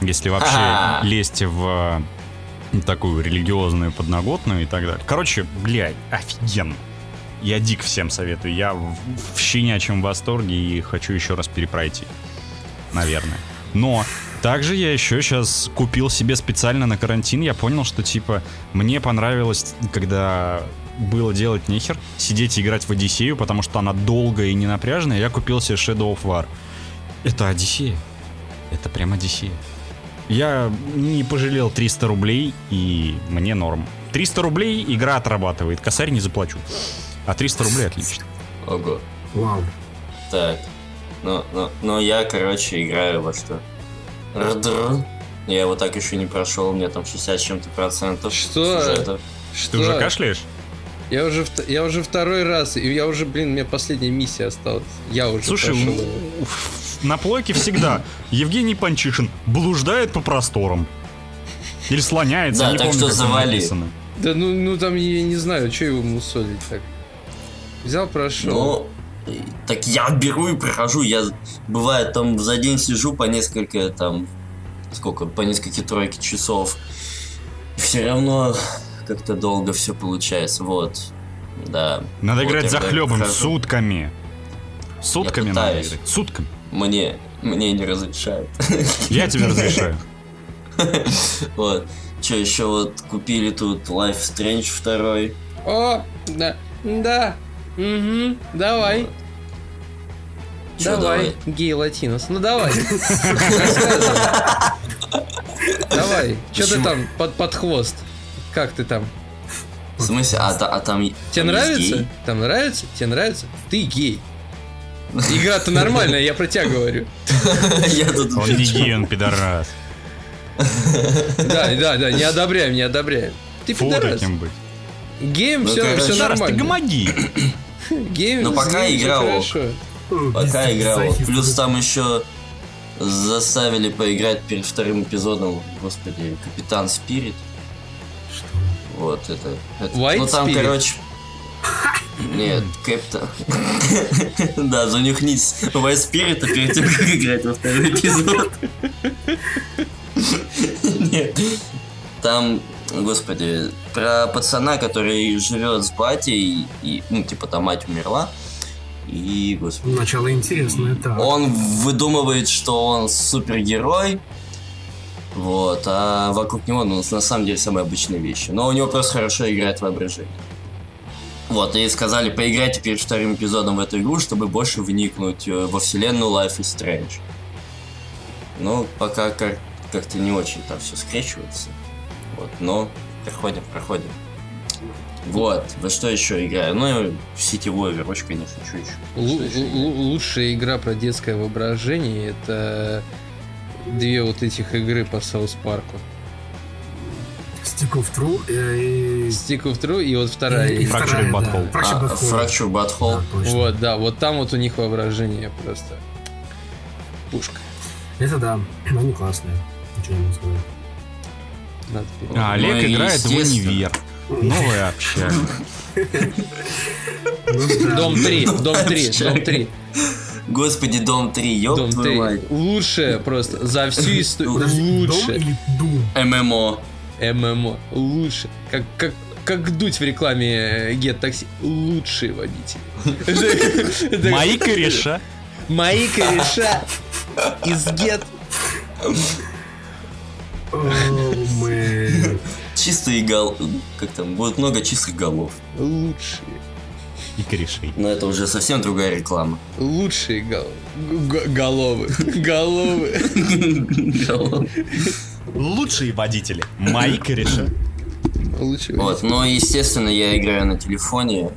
S1: Если вообще
S4: Ха-ха.
S1: лезть в э, такую религиозную подноготную и так далее. Короче, блядь, офигенно. Я дик всем советую. Я в, в щенячьем восторге и хочу еще раз перепройти. Наверное. Но также я еще сейчас купил себе специально на карантин. Я понял, что типа мне понравилось, когда было делать нехер, сидеть и играть в Одиссею, потому что она долгая и ненапряжная. Я купил себе Shadow of War. Это Одиссея. Это прям Одиссея. Я не пожалел 300 рублей, и мне норм. 300 рублей игра отрабатывает, косарь не заплачу. А 300 рублей отлично.
S4: Ого.
S2: Вау.
S4: Так. Ну, ну, ну я, короче, играю во что. Рдр. Я его так еще не прошел, у меня там 60 с чем-то процентов
S3: Что?
S4: сюжета.
S3: Что?
S1: Ты уже кашляешь?
S3: Я уже, вт- я уже второй раз, и я уже, блин, у меня последняя миссия осталась. Я уже
S1: Слушай, ну-
S3: прошел.
S1: у- у- в- на плойке всегда Евгений Панчишин блуждает по просторам. Или слоняется,
S4: Да,
S1: не
S4: так
S1: помню,
S4: что
S1: как там
S4: завали.
S1: написано.
S3: Да ну, ну там я не знаю, что его мусолить так. Взял, прошел.
S4: Ну, и- так я беру и прохожу. Я, бывает, там за день сижу по несколько, там, сколько, по несколько тройки часов. Все равно как-то долго все получается. Вот. Да.
S1: Надо
S4: Вот
S1: играть
S4: я
S1: за
S4: так
S1: хлебом,
S4: прохожу.
S1: сутками. Сутками
S4: Я
S1: надо
S4: пытаюсь.
S1: играть. Сутками.
S4: Мне, мне не разрешают. (laughs)
S1: Я тебе
S3: (laughs)
S1: разрешаю.
S4: Вот. Че еще вот купили тут Life is Strange 2.
S3: О, да, да, угу, давай,
S4: Ну, Чё,
S3: давай, гей латинос, ну давай.
S4: (laughs)
S3: Рассказывай. Давай, что ты
S4: Почему?
S3: там под, под хвост? Как ты там?
S4: В смысле? А, та- а там...
S3: Тебе
S4: там есть
S3: нравится?
S4: гей? (laughs)
S3: Там нравится? Тебе нравится? Ты гей. Игра-то нормальная, я про тебя говорю.
S4: Я тут...
S1: Он не гей, он пидорас.
S3: Да, да, да, не одобряем, не одобряем. Ты
S1: Фу
S3: пидорас.
S1: таким быть.
S3: Геем
S4: Ну,
S3: все,
S4: короче.
S3: все
S1: Пидорас, ты
S3: нормально.
S1: гомоди.
S3: Геем
S4: Ну,
S3: с
S4: пока
S3: геем всё
S4: игра ок.
S3: хорошо.
S4: Пока
S2: Пиздец,
S4: играл.
S2: захист.
S4: Плюс там еще заставили поиграть перед вторым эпизодом, господи, Капитан Спирит.
S2: Что?
S4: Вот это. это-
S3: White
S4: ну там,
S3: Spirit?
S4: короче. Нет, Кэпта. (laughs) Да, занюхнись White Spirit а перед тем, как играть во второй эпизод. (laughs) Нет. Там, господи, про пацана, который живет с батей, и, ну, типа, там мать умерла. И, господи,
S2: Начало интересное, так.
S4: он выдумывает, что он супергерой. Вот, а вокруг него ну, на самом деле самые обычные вещи. Но у него просто хорошо играет воображение. Вот, и сказали, поиграйте перед вторым эпизодом в эту игру, чтобы больше вникнуть э, во вселенную Life is Strange. Ну, пока как- как-то не очень там все скрещивается. Вот, но проходим, проходим. Вот, во что еще играю? Ну, и в сетевой Overwatch, конечно, что еще.
S3: Лу-
S4: Что еще
S3: лу- лу- Лучшая игра про детское воображение это две вот этих игры по Саус Парку.
S2: Stick of True э, и...
S3: Stick of True и вот вторая.
S2: и
S3: игра.
S1: Fractured
S2: вторая, да.
S1: Butthole.
S2: Fractured
S4: А,
S2: Butthole.
S4: Fracture Butthole.
S2: Да, точно.
S3: Вот, да, вот там вот у них воображение просто пушка.
S2: Это да, но они классные. Ничего не могу сказать.
S3: Надо пере-
S1: А Олег
S4: Ну,
S1: играет в
S4: естественно.
S1: универ.
S4: Ну,
S1: Новая
S3: (laughs)
S1: общага.
S2: Ну да.
S4: (laughs)
S3: Дом 3, дом 3, дом 3.
S4: Господи, Дом 3, ёб
S3: Дом
S4: твою мать.
S3: 3. Лучшее просто за всю историю.
S2: Подожди, дом
S3: Лучше.
S2: или дум?
S4: ММО.
S3: ММО. Лучше. Как, как, как дуть в рекламе Get Taxi. Лучшие водители. Это- это-
S1: Мои кореша.
S3: Мои кореша из Get.
S2: О,
S3: (laughs)
S2: мэн.
S4: Чистые гол... Как там? Будет много чистых голов.
S3: Лучшие.
S1: И корешей.
S4: Но это уже совсем другая реклама.
S3: Лучшие гол- г- головы. (laughs) Головы.
S4: Голов.
S1: Лучшие водители. Мои кореша.
S3: Лучшие
S4: Вот,
S3: водители.
S4: но, естественно, я играю на телефоне.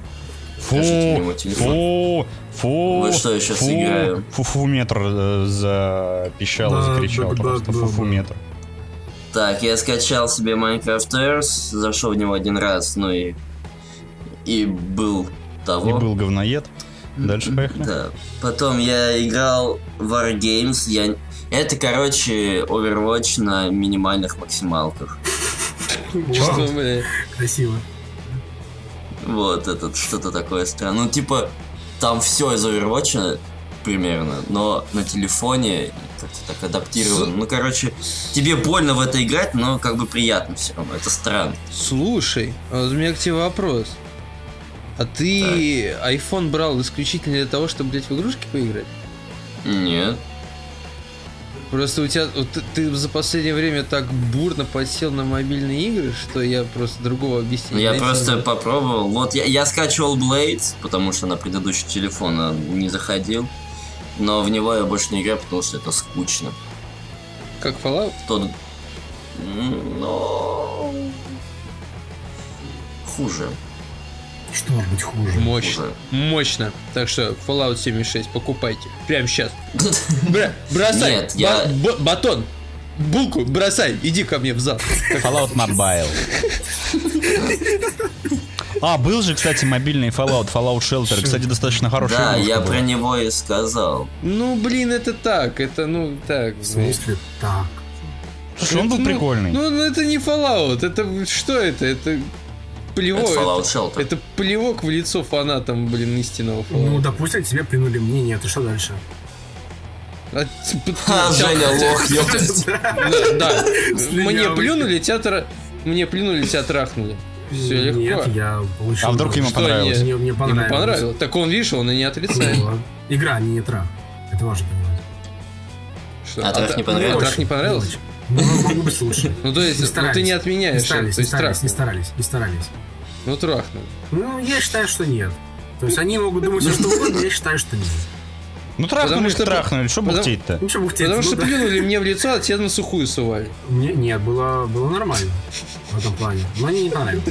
S4: Покажите мне
S1: Фу,
S4: мой телефон.
S1: фу, фу.
S4: Вы что, я щас
S1: фу,
S4: играю?
S1: Фу, фу, метр э, запищал и
S2: Да,
S1: закричал
S2: да, да,
S1: просто.
S2: да,
S1: Фу, фу,
S2: да.
S1: метр.
S4: Так, я скачал себе Minecraft Earth, зашел в него один раз, ну и... И был
S1: И
S4: того.
S1: был говноед. Дальше поехали.
S4: Да. Потом я играл в Wargames. Я... Это, короче, Overwatch на минимальных максималках.
S3: Что, бля?
S2: Красиво.
S4: Вот, это что-то такое странное. Ну, типа, там все из Overwatch примерно, но на телефоне как-то так адаптировано. Ну, короче, тебе больно в это играть, но как бы приятно все равно. Это странно.
S3: Слушай, а вот у меня к тебе вопрос. А ты iPhone брал исключительно для того, чтобы, блядь, в игрушки поиграть?
S4: Нет.
S3: Просто у тебя, вот ты, ты за последнее время так бурно подсел на мобильные игры, что я просто другого
S4: Ну,
S3: объяснения.
S4: я
S3: найти
S4: просто
S3: не-
S4: попробовал. Вот я, я скачивал Blades, потому что на предыдущий телефон а, не заходил. Но в него я больше не играю, потому что это скучно.
S3: Как Fallout?
S4: Тот... М, Но... Хуже.
S2: Что может быть хуже?
S3: Мощно.
S4: Хуже.
S3: Мощно. Так что Fallout 76 покупайте. Прямо сейчас.
S4: (laughs)
S3: Бра, бросай.
S4: Нет, я-
S3: Ба- б- батон. Булку бросай. Иди ко мне в зал.
S1: Fallout Mobile. А, был же, кстати, мобильный Fallout, Fallout Shelter. Кстати, достаточно хорошая
S4: Да,
S1: игрушка
S4: я
S1: была.
S4: про него и сказал.
S3: Ну, блин, это так. Это, ну, так.
S2: В смысле так?
S1: Слушай, он был
S3: Ну,
S1: прикольный.
S3: Ну, ну, это не Fallout. Это что это? Это
S4: Это
S3: плевок.
S4: Fallout
S3: это-
S4: Shelter. (laughs)
S3: это плевок в лицо фанатам, блин, истинного Fallout.
S2: Ну, допустим, тебе принули мнение, ты что дальше?
S3: А, т- п-
S4: Ха,
S3: щас-
S4: Женя
S3: (laughs)
S4: лох, ёптать.
S3: Да, (laughs) да.
S2: Слюнявый.
S3: Мне плюнули, тебя тра- Мне плюнули, тебя трахнули. Все легко.
S2: Нет, я получил...
S1: А вдруг ему
S3: Что
S1: понравилось?
S3: нет?
S2: Мне, мне
S3: Ему
S2: понравилось.
S3: понравилось. Так он, видишь, он и не отрицает.
S2: Клево. Игра, а не нетра. Это важно понимать.
S3: Что,
S4: А трах
S3: та-
S4: не понравилось?
S3: а трах не понравилось?
S2: Ну, могло быть лучше.
S3: Ну, то есть,
S2: Не
S3: ну, ты
S2: старались.
S3: не
S2: Не
S3: отменяешь. это,
S2: старались,
S3: то
S2: не
S3: есть,
S2: старались, не
S3: трахнул.
S2: старались, не старались.
S3: Ну, трахнул.
S2: Ну, я считаю, что нет. То есть они могут думать
S3: Ну,
S2: все что угодно, я считаю, что нет.
S1: Ну, трахнули,
S3: потому что-
S1: трахнули. Что
S3: потому-
S1: бухтеть-то?
S2: Ну, что бухтеть, ну
S3: Потому что
S2: да.
S3: плюнули мне в лицо, а тебя на сухую сували.
S2: Мне- Нет, было, было нормально в этом плане. Но они не понравились.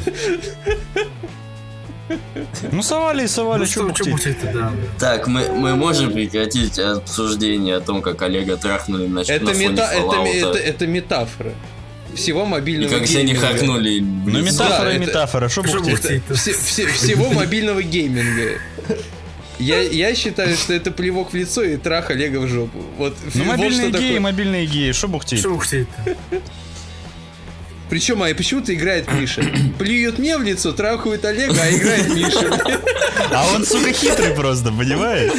S1: Ну, совали и совали,
S2: Ну,
S1: что
S2: что, что
S1: бухтеть?
S2: бухтеть-то, да.
S4: Так, мы, мы можем прекратить обсуждение о том, как Олега трахнули на,
S3: Это,
S4: на фоне
S3: мета- это,
S4: Fallout'а.
S3: ми- это- это метафора. Всего
S4: И
S3: мобильного
S4: как все не
S3: гейминга.
S4: хахнули.
S1: Ну, метафора
S3: Да,
S1: и
S3: это-
S1: метафора. Что
S2: Что
S1: бухтеть?
S2: бухтеть-то?
S3: Все- все- всего мобильного гейминга. Я, я считаю, что это плевок в лицо и трах Олега в жопу. Вот,
S1: Ну,
S3: вот
S1: мобильные
S3: что такое.
S1: геи, мобильные геи. Что бухтеть?
S2: Что бухтеть-то?
S3: Причем, а и почему-то играет Миша. Плюют мне в лицо, трахают Олега, а играет Миша.
S1: А он, сука, хитрый просто, понимаешь?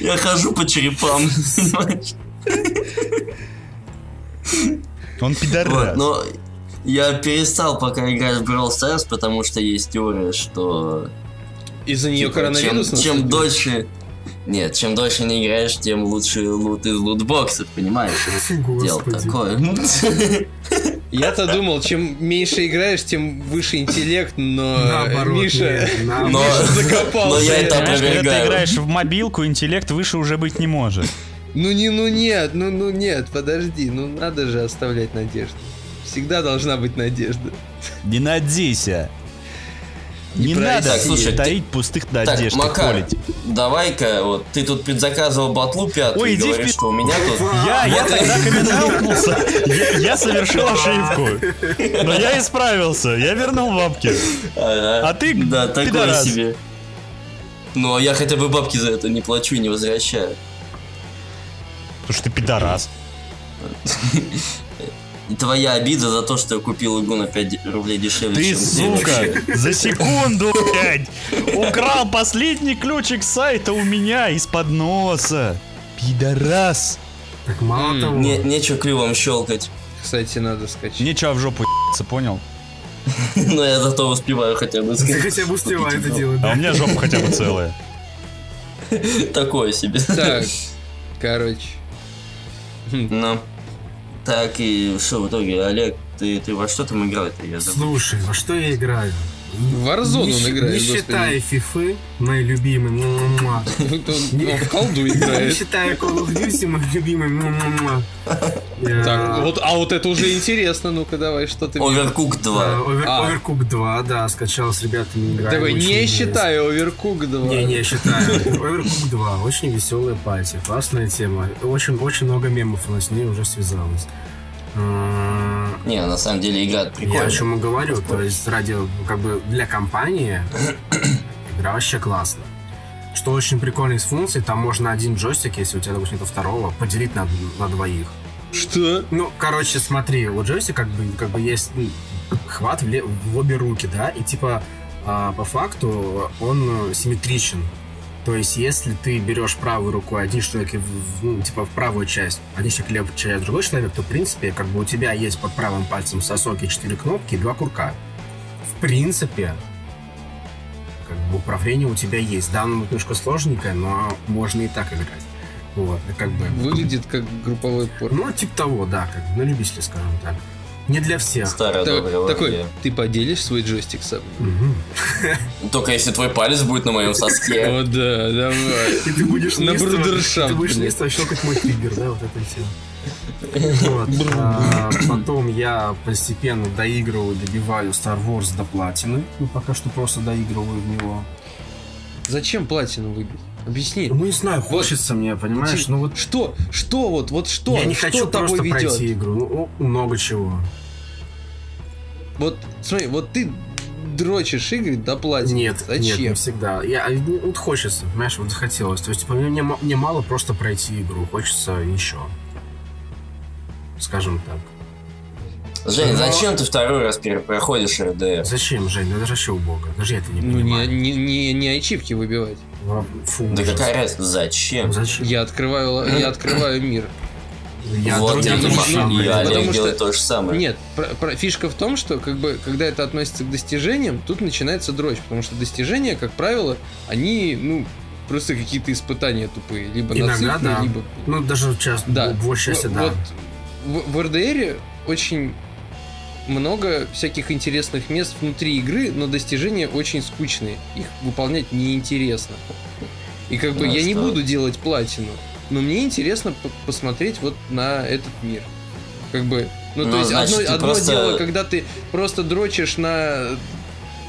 S4: Я, я хожу по
S3: (laughs)
S4: черепам. понимаешь?
S1: Он
S4: Вот, ну,
S1: пидорас.
S4: но я перестал пока играть в Brawl Stars, потому что есть теория, что
S3: Из-за нее
S4: типа, чем,
S3: коронавирус
S4: чем
S3: наступил?
S4: дольше... Нет, чем дольше не играешь, тем лучше лут из лутбоксов, понимаешь? Дело
S2: Господи.
S4: такое. (laughs)
S3: Я-то думал, чем меньше играешь, тем выше интеллект, но
S2: Наоборот,
S3: Миша
S2: нет,
S1: А
S2: наоборот.
S4: Но, (laughs)
S3: Миша
S4: но я
S3: закопался.
S1: Понимаешь,
S4: это
S1: когда ты
S4: опровергаю.
S1: играешь в мобилку, интеллект выше уже быть не может.
S3: Ну не, ну нет, ну ну нет, подожди, ну надо же оставлять надежду. Всегда должна быть надежда.
S1: Не надейся. Не
S3: про
S1: надо
S4: Так, слушай, ты-
S1: таить пустых
S4: Так,
S1: надежд и
S4: Макар,
S1: холить.
S4: давай-ка, вот ты тут предзаказывал батлу пятую
S1: Ой,
S4: и
S1: иди в
S4: говоришь,
S1: пи-
S4: что у меня тут... а,
S1: Я, я
S4: Вот
S1: тогда комментаукнулся. Я, я совершил ошибку. Но я исправился. Я вернул бабки.
S4: А
S1: А ты
S4: Да, такое
S1: пидорас.
S4: себе. Ну, а я хотя бы бабки за это не плачу и не возвращаю.
S1: Потому что ты пидорас.
S4: Твоя обида за то, что я купил игру на 5 рублей дешевле,
S5: Ты,
S4: чем тебе вообще.
S5: сука, за секунду, блядь, украл последний ключик сайта у меня из-под носа. Пидорас.
S2: Так мало
S3: М,
S2: того,
S4: Не, нечего клювом щелкать. (laughs)
S3: Кстати, надо скачать.
S5: Нечего в жопу ебаться, понял?
S4: Но я зато успеваю хотя бы Типа,
S2: ты (laughs)
S4: сказать.
S2: хотя бы успевай это
S3: Типа.
S2: делать,
S5: А у
S2: да?
S5: меня жопа хотя бы целая.
S4: Такое себе.
S3: Так, короче.
S4: Ну. Так, и что в итоге, Олег, ты, ты во что там играл-то? Я забыл.
S2: Слушай, во что я играю?
S3: В Warzone
S2: не,
S3: он
S2: щи-
S3: играет,
S2: Не
S3: господи.
S2: считая фифы, мои любимые, му-му-му.
S3: Вот Он он в колду
S2: не (laughs)
S3: играет.
S2: считая Call of Duty, мои любимые, му-му-му. Я- э,
S3: Так, вот, а вот это уже интересно. Ну-ка, давай, что ты... мне-
S4: Overcooked 2.
S2: Да, Овер-
S3: А.
S2: Overcooked 2, да, скачал с ребятами играем.
S3: Давай,
S2: очень
S3: не
S2: интересно.
S3: считаю Overcook 2.
S2: Не, не, считаю. Overcooked 2. Очень веселая пати. Классная тема. Очень, очень много мемов у нас с ней уже связалось. А, М,
S4: Не, на самом деле игра
S2: Я о
S4: прикольная.
S2: чем и говорю. То есть ради, как бы, для компании игра вообще классная. Что очень прикольно из функций, там можно один джойстик, если у тебя, допустим, нет второго, поделить на, на двоих.
S3: Что?
S2: Ну, короче, смотри, у Джойси как бы, как бы есть ну, хват в, ле- в обе руки, да, и типа а, по факту он э, симметричен. То есть, если ты берешь правую руку, один человек, и в- в, ну, типа, в правую часть, один человек левую часть, другой человек, то, в принципе, как бы у тебя есть под правым пальцем сосок и четыре кнопки и два курка. В принципе, как бы управление у тебя есть. Да, оно немножко сложненькое, но можно и так играть. Вот, и как бы...
S3: Выглядит как групповой пор.
S2: Ну, типа того, да, как бы на любителя, скажем так. Не для всех.
S4: Старая
S3: Так-
S4: добрая
S3: такой,
S4: вроде.
S3: ты поделишь свой джойстик со мной?
S2: Мгм.
S4: Только если твой палец будет на моем соске.
S3: (laughs) О, да, давай.
S2: И ты будешь
S3: На
S2: неистово-
S3: брудершафт,
S2: Ты будешь
S3: блин.
S2: неистово щелкать мой триггер, да, вот это все. Вот. А, Потом я постепенно доигрываю, добиваю Star Wars до платины. Ну, пока что просто доигрываю в него.
S3: Зачем платину выбить? Объясни.
S2: Ну, не знаю, хочется мне, понимаешь? Ну, вот
S3: Что? Что вот? Вот что?
S2: я не
S3: что
S2: хочу
S3: тобой
S2: просто
S3: ведет?
S2: пройти игру. Ну, о, много чего.
S3: Вот, смотри, вот ты дрочишь игры до платины.
S2: Нет, нет,
S3: Зачем?
S2: не всегда. Я, а, ну, вот хочется, понимаешь, вот захотелось. То есть, типа, мне, ма- мне мало просто пройти игру, хочется еще. Скажем так.
S4: Жень,
S2: Но-
S4: зачем ты второй раз перепроходишь RDR?
S2: Зачем, Жень? Ну, это же вообще убого. Даже я это не
S3: ну, не,
S2: понимаю.
S3: не, не, не ачивки выбивать.
S2: Во- Фу,
S4: Да
S2: ужас. Ну,
S4: какая разница? Зачем?
S2: Зачем?
S3: Я открываю, я открываю мир.
S2: Я
S4: вот
S2: другим
S4: я
S3: я
S2: тоже
S4: думаю,
S3: думаю,
S2: сам
S4: и
S2: это делаю.
S4: Олег
S3: Потому что-
S4: делает то же самое.
S3: Нет, про- про- фишка в том, что как бы, когда это относится к достижениям, тут начинается дрочь, потому что достижения, как правило, они, ну, просто какие-то испытания тупые, либо
S2: Иногда
S3: нациклены,
S2: да.
S3: либо...
S2: Ну, даже сейчас,
S3: Да.
S2: да. большая часть,
S3: Ну,
S2: да.
S3: Вот в, в RDR очень много всяких интересных мест внутри игры, но достижения очень скучные. Их выполнять неинтересно. И как бы
S4: Ну,
S3: я не
S4: что?
S3: буду делать платину, но мне интересно по- посмотреть вот на этот мир. Как бы. Ну, то
S4: Ну,
S3: есть
S4: значит,
S3: одно,
S4: ты
S3: одно
S4: просто-
S3: дело, когда ты просто дрочишь на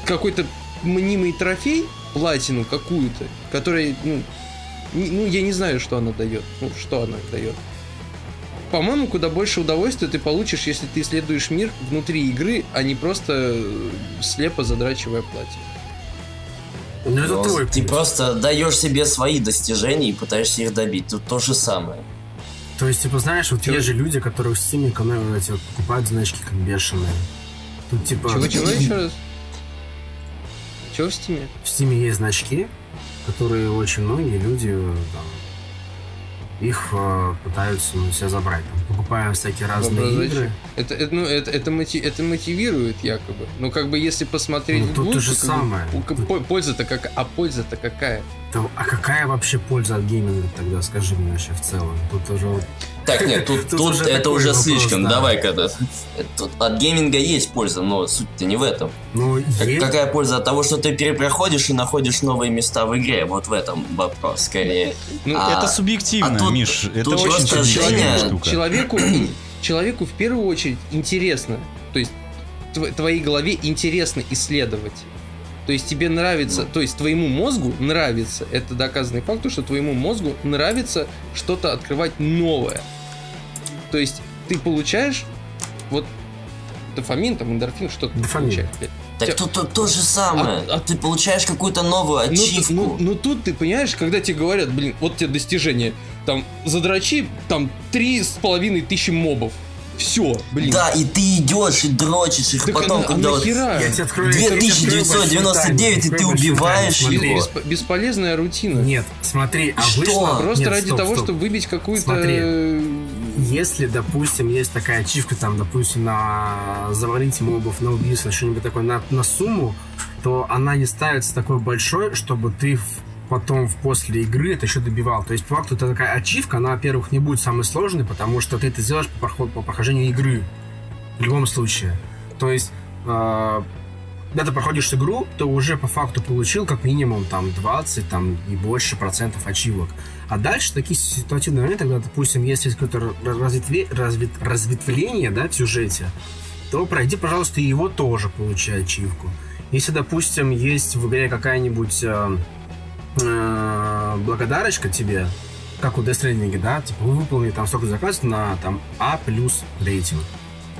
S3: какой-то мнимый трофей, платину какую-то, которая, ну, не- ну, я не знаю, что она дает. Ну, что она дает. По-моему, куда больше удовольствия ты получишь, если ты исследуешь мир внутри игры, а не просто э, слепо задрачивая платье.
S2: Ну, это
S4: Ну,
S2: твой
S4: ты
S2: путь.
S3: типа
S4: просто даешь себе свои достижения и пытаешься их добить. Тут то же самое.
S2: То есть, типа, знаешь, вот
S3: Чего?
S2: те же люди, которые в Steam экономят, эти вот, покупают значки как бешеные. Тут, типа,
S3: Чего-чего еще раз? Чего в стиме?
S2: в Steam есть значки, которые очень многие люди там, их э, пытаются ну, себе забрать. Там, покупая всякие разные
S3: Воображающие.
S2: А игры.
S3: Это, это, ну, это, это, мати- это мотивирует якобы. Но как бы если посмотреть
S2: Ну, тут
S3: вглубь,
S2: то же
S3: как бы,
S2: самое.
S3: п- по- польза-то как, а польза-то какая?
S2: То- а какая вообще польза от гейминга тогда, скажи мне вообще в целом? Тут уже вот
S4: Так, нет, тут,
S2: Тут
S4: тут
S2: уже
S4: это
S2: такой
S4: уже
S2: вопрос,
S4: слишком.
S2: да.
S4: Давай когда. Тут от гейминга есть польза, но суть-то не в этом.
S2: Ну,
S4: Как-
S2: есть.
S4: какая польза от того, что ты перепроходишь и находишь новые места в игре? Вот в этом вопрос скорее.
S3: Ну,
S4: А,
S5: это субъективно,
S4: а тут-
S5: Миш. Это
S4: тут
S5: очень
S4: просто
S5: субъективная
S4: ощущение-
S5: штука.
S3: Человеку, (clears throat) человеку в первую очередь интересно. То есть тв- твоей голове интересно исследовать. То есть тебе
S5: Ну.
S3: нравится, то есть твоему мозгу нравится, это доказанный факт, то, что твоему мозгу нравится что-то открывать новое. То есть ты получаешь вот дофамин, там, эндорфин, что-то ты
S2: Дофамин.
S3: получаешь. блядь.
S4: Так тут, тут то же самое.
S3: А- а-
S4: Ты получаешь какую-то новую
S3: Ну, т-
S4: ачивку.
S3: ну, ну, тут ты понимаешь, когда тебе говорят, блин, вот тебе достижение, там, задрочи, там, три с половиной тысячи мобов. Все, блин.
S4: Да, и ты идешь и дрочишь их
S3: Так
S4: потом,
S3: она-
S4: когда
S3: а
S4: вот...
S3: нахера?
S2: Я тебе открою...
S4: 2999, и ты убиваешь
S3: Блин,
S4: его.
S3: бесп- бесполезная рутина.
S2: Нет, смотри, а
S4: Что?
S2: вышло...
S3: Просто
S2: Нет,
S3: ради
S2: стоп,
S3: того,
S2: стоп.
S3: чтобы выбить какую-то...
S2: Смотри.
S3: э,
S2: Если, допустим, есть такая ачивка, там, допустим, на завалить мобов, на убийство, на что-нибудь такое, на, на сумму, то она не ставится такой большой, чтобы ты в- потом в- после игры это еще добивал. То есть, по факту, это такая ачивка, она, во-первых, не будет самой сложной, потому что ты это сделаешь по, проход- по прохождению игры. В любом случае. То есть, э, когда ты проходишь игру, ты уже по факту получил как минимум там 20 там, и больше процентов ачивок. А дальше такие ситуативные моменты, когда, допустим, если есть какое-то ра- разветве- развет- разветвление да, в сюжете, то пройди, пожалуйста, и его тоже, получай ачивку. Если, допустим, есть в игре какая-нибудь э, э, благодарочка тебе, как у Death Stranding, да, типа вы выполнили там столько заказов на там А плюс рейтинг.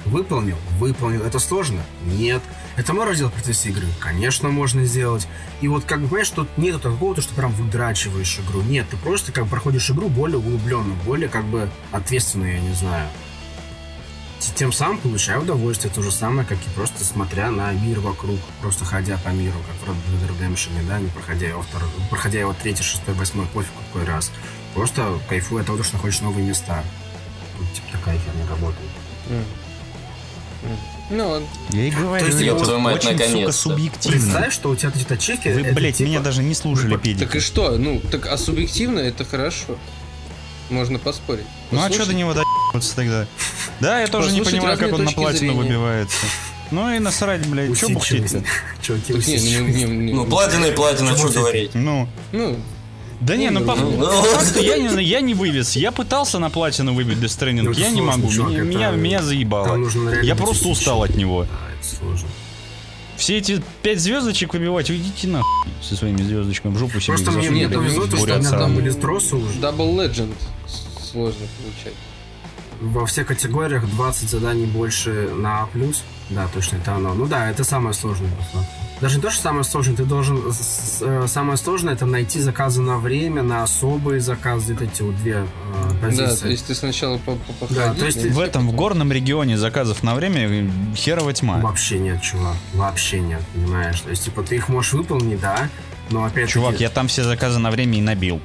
S2: Выполнил? Выполнил. Это сложно? Нет. Это можно сделать в процессе игры? Конечно, можно сделать. И вот, как бы, понимаешь, тут нету такого, то, что прям выдрачиваешь игру. Нет, ты просто как бы проходишь игру более углубленно, более как бы ответственно, я не знаю. Т- Тем самым получаю удовольствие. То же самое, как и просто смотря на мир вокруг, просто ходя по миру, как в Red Dead Redemption, да, не проходя его, втор... проходя его третий, шестой, восьмой, пофиг какой раз. Просто кайфуя от того, что находишь новые места. Вот, типа, такая херня работает.
S3: м. М. Ну ладно.
S1: Я и говорю,
S2: есть,
S1: это
S2: ёб
S4: твою мать,
S1: очень, сука,
S4: наконец-то.
S1: субъективно.
S2: Типа, Представь, что у тебя какие-то чеки...
S1: Вы,
S2: это
S1: блядь,
S2: типа-
S1: меня даже не слушали,
S3: Так и
S1: педики.
S3: что? Ну, так а субъективно это хорошо. Можно поспорить.
S1: Ну а
S3: Послушать.
S1: что до него доебываться тогда? Да, я тоже не
S3: Послушать
S1: понимаю, как
S3: разные
S1: он на
S3: точки
S1: платину
S3: зрения.
S1: выбивается. Ну и насрать, блядь, чё
S2: Усидчивость.
S1: бухтеть-то?
S2: (laughs) Чуваки,
S3: Так не, не,
S2: усидчивость.
S3: не, не,
S4: Ну, платина и платина, что
S2: Слушай,
S4: говорить.
S1: Ну,
S3: ну,
S1: да не, ну по
S3: Ну,
S1: по факту я не, я не вывез. Я пытался на платину выбить Death Stranding,
S2: Ну, это
S1: я не
S2: сложно,
S1: могу.
S2: чувак,
S1: меня,
S2: это-
S1: меня, меня
S2: Там
S1: заебало.
S2: нужно реально
S1: Я
S2: быть
S1: просто устал от него.
S2: усидчивым. Да, это сложно.
S1: Все эти пять звездочек выбивать, уйдите нахуй со своими звездочками в жопу себе.
S2: Просто
S1: их засунули,
S2: мне, мне повезло, ну, то, что у
S1: бурят
S2: меня там
S1: сраные.
S2: были тросы уже.
S3: Double Legend с- сложно получать.
S2: Во всех категориях 20 заданий больше на А+. Да, точно, это оно. Ну да, это самое сложное. по факту. Даже не то, что самое сложное, ты должен... с- с- э, Самое сложное — это найти заказы на время, на особые заказы, вот эти вот две э,
S3: Да, то
S2: позиции.
S3: есть ты сначала по по-
S2: Да, то
S3: походить,
S2: есть
S3: ну,
S1: В этом, в горном регионе заказов на время э, херова тьма.
S2: Вообще нет, чувак. Вообще нет, понимаешь? То есть, типа, ты их можешь выполнить, да, но опять
S1: Чувак, я там все заказы на время и набил.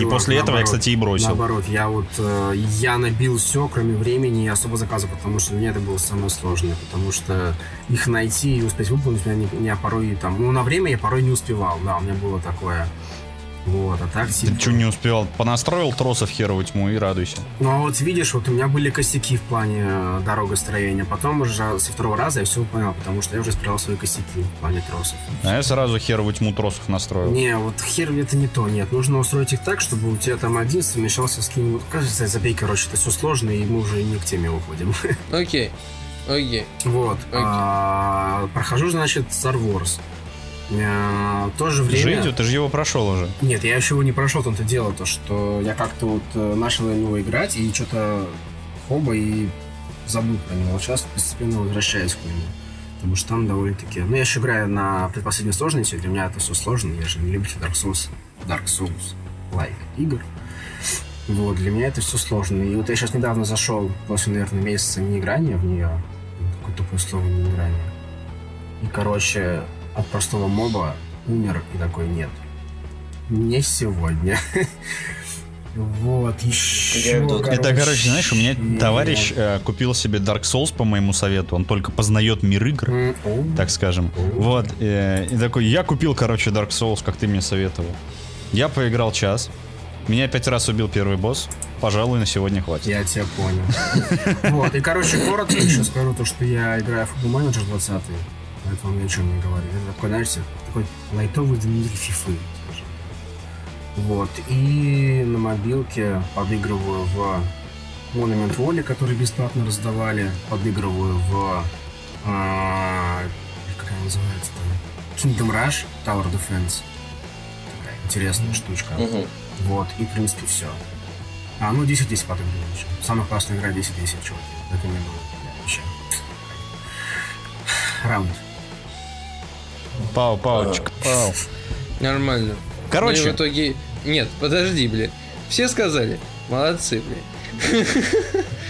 S1: И после этого я, кстати, и бросил.
S2: Ну, Наоборот, я вот э, я набил все, кроме времени и особо заказа, потому что для меня это было самое сложное, потому что их найти и успеть выполнить у меня не, не- порой и там. Ну, на время я порой не успевал, да, у меня было такое. Вот, а так
S1: Ты
S2: типа-
S1: что не успевал? Понастроил тросов херову тьму и радуйся.
S2: Ну а вот видишь, вот у меня были косяки в плане э, дорогостроения. Потом уже со второго раза я все понял, потому что я уже исправил свои косяки в плане тросов.
S1: А я сразу херову тьму тросов настроил.
S2: Не, вот хер это не то, нет. Нужно устроить их так, чтобы у тебя там один совмещался с кем-нибудь. Кажется, забей, короче, это все сложно, и мы уже не к теме уходим. (laughs)
S3: Окей. Окей.
S2: Вот.
S3: Окей.
S2: А, Прохожу, значит, Star Wars. А, В то же время...
S1: Жить, ты же его прошел уже.
S2: Нет, я еще его не прошел, там то дело, то, что я как-то вот э, начал на него играть, и что-то хоба, и забыл про него. Вот Сейчас постепенно возвращаюсь к нему. Потому что там довольно-таки... Ну, я еще играю на предпоследней сложности, для меня это все сложно, я же не любитель Dark Souls, Dark Souls лайк игр. Вот, для меня это все сложно. И вот я сейчас недавно зашел после, наверное, месяца неиграния в нее. Такое тупое слово неиграние. И, короче, от простого моба умер и такой нет. Не сегодня. (laughs) Вот, еще.
S4: Анекдот.
S1: Это, короче, знаешь, у меня
S2: короче,
S1: товарищ э, купил себе Dark Souls по моему совету. Он только познает мир игр.
S2: М, о,
S1: так скажем. Вот, э, и такой, я купил, короче, Dark Souls, как ты мне советовал. Я поиграл час, меня пять раз убил первый босс, пожалуй, на сегодня хватит.
S2: Я тебя понял. (laughs) Вот, и, короче, коротко еще скажу то, что я играю в Football Manager 20 поэтому мне ничего не говорит. Это такой, знаешь, типа, такой лайтовый заменитель фифы, скажем так. Вот, и на мобилке подыгрываю в Monument Valley, который бесплатно раздавали, подыгрываю в... а, как она называется там? Kingdom Rush Tower Defense. Такая интересная штучка.
S4: Мгм.
S2: Вот, и в принципе все. А, ну 10-10 потом будет еще. Самая классная игра 10-10, чуваки. Это не было. Бля, Вообще. Раунд.
S1: Пау, пау, чик, пау.
S3: Нормально. Ну и
S1: Короче,
S3: в итоге... Нет, подожди, блин. Все сказали. Молодцы, блин.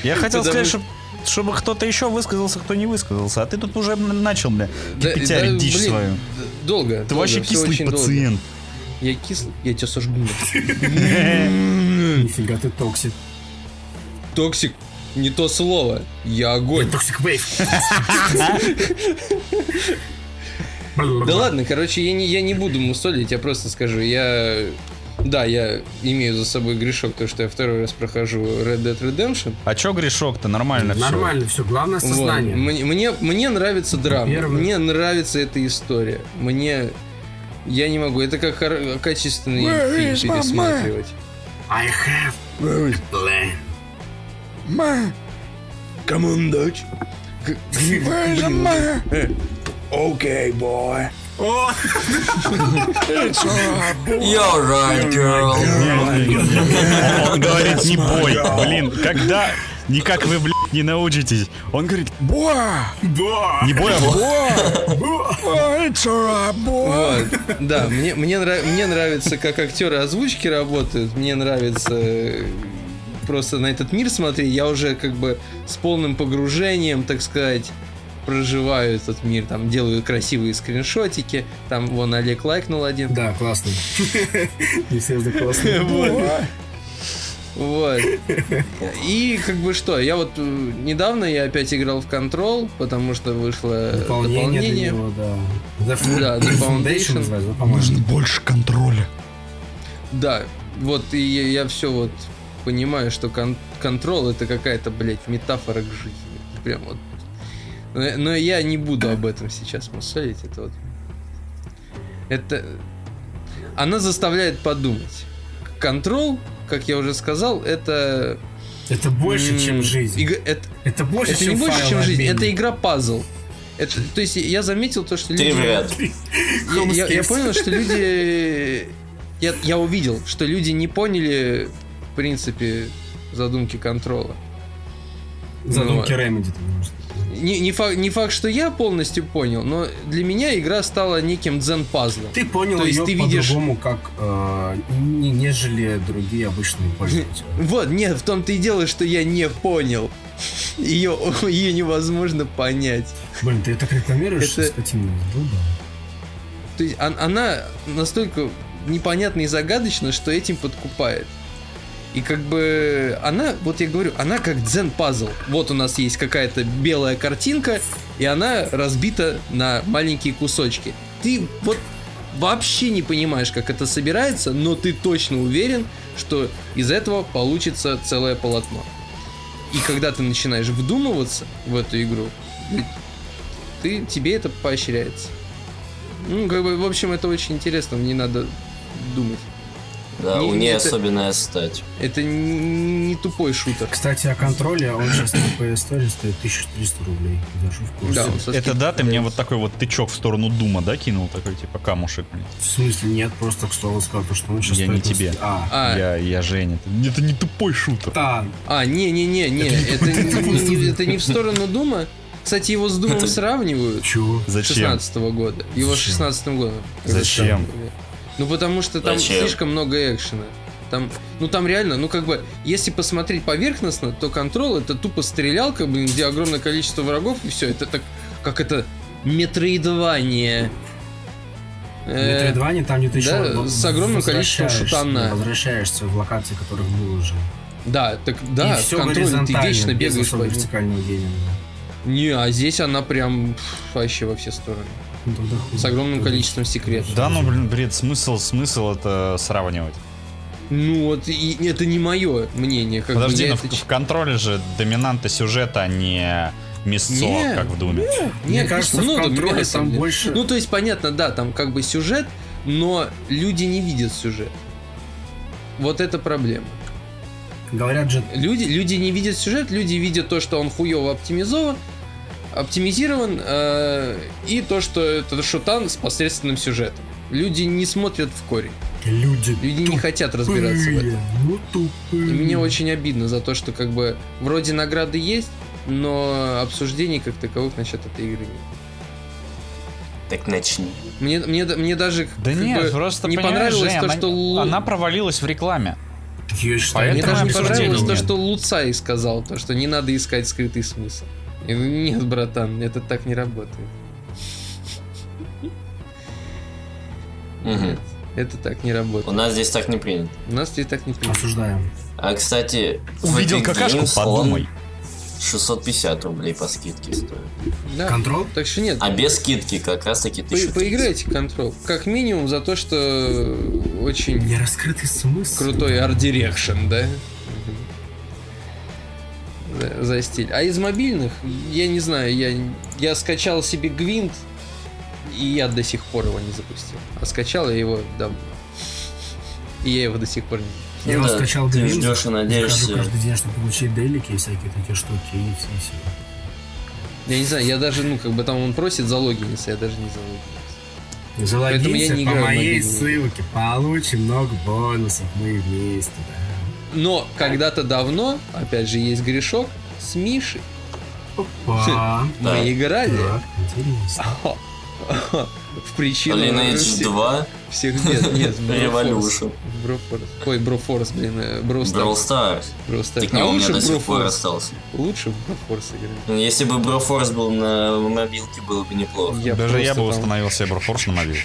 S1: я хотел
S3: ты
S1: сказать,
S3: давай-
S1: что
S5: чтобы кто-то еще высказался, кто не высказался. А ты тут уже м, начал, бля,
S3: Да-
S5: кипятярить
S3: да,
S5: дичь
S3: блин,
S5: свою.
S3: д- Долго.
S5: Ты вообще кислый
S1: (laughs)
S5: пациент.
S3: Я кислый, я тебя сожгу.
S2: Нифига ты токсик.
S3: Токсик, не то слово. Я огонь.
S2: Токсик вейв.
S3: Да ладно, короче, я не, я не буду мусолить, я просто скажу, я... Да, я имею за собой грешок, то, что я второй раз прохожу Red Dead Redemption.
S5: А чё грешок-то? Нормально все.
S2: Нормально, все. Главное
S3: Вот.
S2: сознание.
S3: Мне, мне, мне нравится драма,
S2: Первый.
S3: мне нравится эта история. Мне... Я не могу, это как хор- качественный фильм пересматривать.
S2: I have plan.
S4: You're right, girl.
S5: Он говорит, не бой. Блин, когда... Никак вы, блядь, не научитесь. Он говорит, боа!
S2: Да.
S5: Не бой, а боа!
S3: Вот. Да, мне, мне, нра- мне нравится, как актеры озвучки работают, мне нравится э, просто на этот мир смотреть. Я уже как бы с полным погружением, так сказать, проживаю этот мир, там делаю красивые скриншотики, там вон Олег лайкнул один.
S2: Да, (laughs) классно. Естественно,
S3: (laughs)
S2: классно.
S3: Вот. И как бы что, я вот э, недавно я опять играл в Control, потому что вышло
S2: Дополнение для
S3: дополнение.
S2: него, да. The F-
S3: Да, The Foundation.
S2: называется, да, по-моему.
S5: больше контроля.
S3: Да, вот и я, я все вот понимаю, что кон- контрол это какая-то, блядь, метафора к жизни. Прям вот. Но, но я не буду об этом сейчас мусолить. Это вот. Это. Она заставляет подумать. Контрол, как я уже сказал, это.
S2: Это больше,
S3: м,
S2: чем жизнь.
S3: ига- это
S2: Это больше,
S3: это не
S2: чем
S3: больше, чем жизнь, это
S2: файлообменник.
S3: игра пазл. Это, то есть я заметил то, что
S4: Ты
S3: люди.
S4: вряд.
S3: Я-
S2: Homo
S3: Я, я
S2: sapiens.
S3: понял, что люди... Я, я увидел, что люди не поняли, в принципе, задумки контрола.
S2: Задумки
S3: Ну,
S2: Remedy, ты думаешь.
S3: Не, не, факт, не факт, что я полностью понял, но для меня игра стала неким дзен-пазлом.
S2: Ты понял
S3: То есть
S2: ее
S3: ты видишь-
S2: по-другому, как э, не- нежели другие обычные
S3: (laughs)
S2: пользователи.
S3: Вот, нет, в том-то и дело, что я не понял. Ее, ее невозможно понять.
S2: Блин, ты так рекламируешь,
S3: Это-
S2: скотина. Долго.
S3: То есть он- она настолько непонятна и загадочна, что этим подкупает. И как бы она, вот я говорю, она как дзен-пазл. Вот у нас есть какая-то белая картинка, и она разбита на маленькие кусочки. Ты вот вообще не понимаешь, как это собирается, но ты точно уверен, что из этого получится целое полотно. И когда ты начинаешь вдумываться в эту игру, ты, тебе это поощряется. Ну, как бы, в общем, это очень интересно, не надо думать.
S4: Да,
S3: Не-
S4: у нее
S3: не ты-
S4: особенная стать.
S3: Это не, не тупой шутер.
S2: Кстати, о контроле, он сейчас на PS Store стоит 1300 рублей. Даже в курсе.
S3: Да, он со
S5: Это
S3: скидкой
S5: да, ты мне вот
S3: продается.
S5: такой вот тычок в сторону Дума, да, кинул? Такой, типа, камушек, блин.
S2: В смысле, нет, просто Ксол сказал, то, что он сейчас
S5: Я
S2: стоит...
S5: не
S2: на-
S5: тебе.
S2: А,
S3: А,
S5: Я, я Женя. Это- Это не тупой шутер.
S2: да,
S3: а, не, не, не, не, это, не, не- это не в сторону Дума. Кстати, его с Думом
S4: Это-
S3: сравнивают.
S2: чего?
S5: Зачем?
S3: 16 года. Его с
S2: Зачем?
S3: 16 годом.
S5: Зачем?
S3: Ну, потому что там
S4: Зачем?
S3: слишком много экшена. Там, ну там реально, ну как бы, если посмотреть поверхностно, то контрол это тупо стрелялка, блин, где огромное количество врагов, и все, это так, как это, метроидвание. Э,
S2: Метроидвания там не ты
S3: да,
S2: чего,
S3: с огромным количеством
S2: возвращаешься,
S3: шутана.
S2: Возвращаешься в локации, которых был уже.
S3: Да, так да,
S2: и
S3: в
S2: все
S3: контроле ты
S2: горизонтально,
S3: вечно
S2: без
S3: бегаешь
S2: особо
S3: по ним.
S2: вертикального гейминга.
S3: Не, а здесь она прям пф, вообще во все стороны.
S2: Ну, тогда хуй.
S3: С огромным количеством секретов.
S5: Да, ну, блин, бред, смысл, смысл это сравнивать.
S3: Ну вот, и это не мое мнение, как
S5: Подожди,
S3: бы я
S5: но в,
S3: это
S5: в контроле же доминанта сюжета, а не мясцо,
S3: Не.
S5: как в Думе.
S2: Мне
S3: Нет,
S2: кажется,
S3: ну,
S2: в
S3: да,
S2: контроле
S3: меня, на
S2: там
S3: самом деле.
S2: больше-
S3: Ну, то есть, понятно, да, там как бы сюжет, но люди не видят сюжет. Вот это проблема.
S2: Говорят же,
S3: Люди, люди не видят сюжет, люди видят то, что он хуево оптимизован, оптимизирован, э, и то, что это шутан с посредственным сюжетом. Люди не смотрят в корень.
S2: люди
S3: Люди не хотят разбираться в этом.
S2: тупые, ну
S3: И
S2: тупые.
S3: мне очень обидно за то, что как бы вроде награды есть, но обсуждений как таковых насчет этой игры нет.
S4: Так начни.
S3: Мне, мне, мне даже как
S5: Да нет,
S3: бы
S5: просто
S3: не
S5: понимаешь,
S3: понравилось
S5: Жень,
S3: то,
S5: она,
S3: что Лу-
S5: она провалилась в рекламе.
S2: нафиг ее читать.
S3: А Мне
S6: Поэтому
S3: даже не
S6: обсуждения
S3: понравилось то,
S6: нет.
S3: что Луцай сказал, то, что не надо искать скрытый смысл. Я говорю, Нет, братан, это так не работает.
S4: Мгм.
S3: Нет, это так не
S4: У
S3: работает.
S4: нас здесь так не принято.
S3: У нас здесь так не принято.
S2: Осуждаем.
S4: А, кстати, в
S1: Увидел
S4: Epic
S1: какашку,
S4: Games
S1: подумай.
S4: он 650 рублей по скидке стоит.
S3: Да.
S2: Контрол?
S3: Так что нет,
S4: А без скидки как раз таки
S3: по-
S4: 1000.
S3: поиграйте контрол. Как минимум за то, что очень
S2: Нераскрытый смысл.
S3: крутой арт-дирекшн, да? Да, За стиль. А из мобильных, я не знаю, я, я скачал себе гвинт, и я до сих пор его не запустил. А скачал я его давно. И я его до сих пор не...
S2: Я
S4: Ну
S2: его
S4: да,
S2: скачал
S4: ты
S2: Games,
S4: ждешь и
S2: Захожу
S4: надеешься.
S2: каждый день, чтобы получить делики и всякие такие штуки. И все, и все.
S3: Я не знаю, я даже, ну, как бы там он просит залогиниться, я даже не залогинился.
S2: Залогинься
S3: Поэтому я не
S2: по
S3: играю в
S2: моей
S3: мобильные
S2: ссылке, получим много бонусов, мы вместе,
S3: Но когда-то давно, опять же, есть грешок, с Мишей
S2: да. Опа.
S4: Да.
S3: мы играли
S2: Так, интересно.
S3: (laughs)
S2: (laughs)
S3: в причину
S4: Lineage
S3: всех-
S4: 2
S3: всех бед. Нет,
S4: (laughs)
S3: в Brawl
S4: Revolution.
S3: Force. В Brawl Force. Ой, Брофорс, блин, э, Brawl Stars.
S4: Brawl Stars.
S3: Brawl Stars.
S4: Так не,
S3: а
S4: у меня
S3: лучше
S4: до сих
S3: Brawl
S4: пор
S3: Force.
S4: остался.
S3: Лучше в Brawl Force играть.
S4: Ну, Если бы Брофорс был на мобилке, было бы неплохо.
S1: Даже я
S3: просто
S1: бы
S3: там-
S1: установил себе Broforce на мобиле.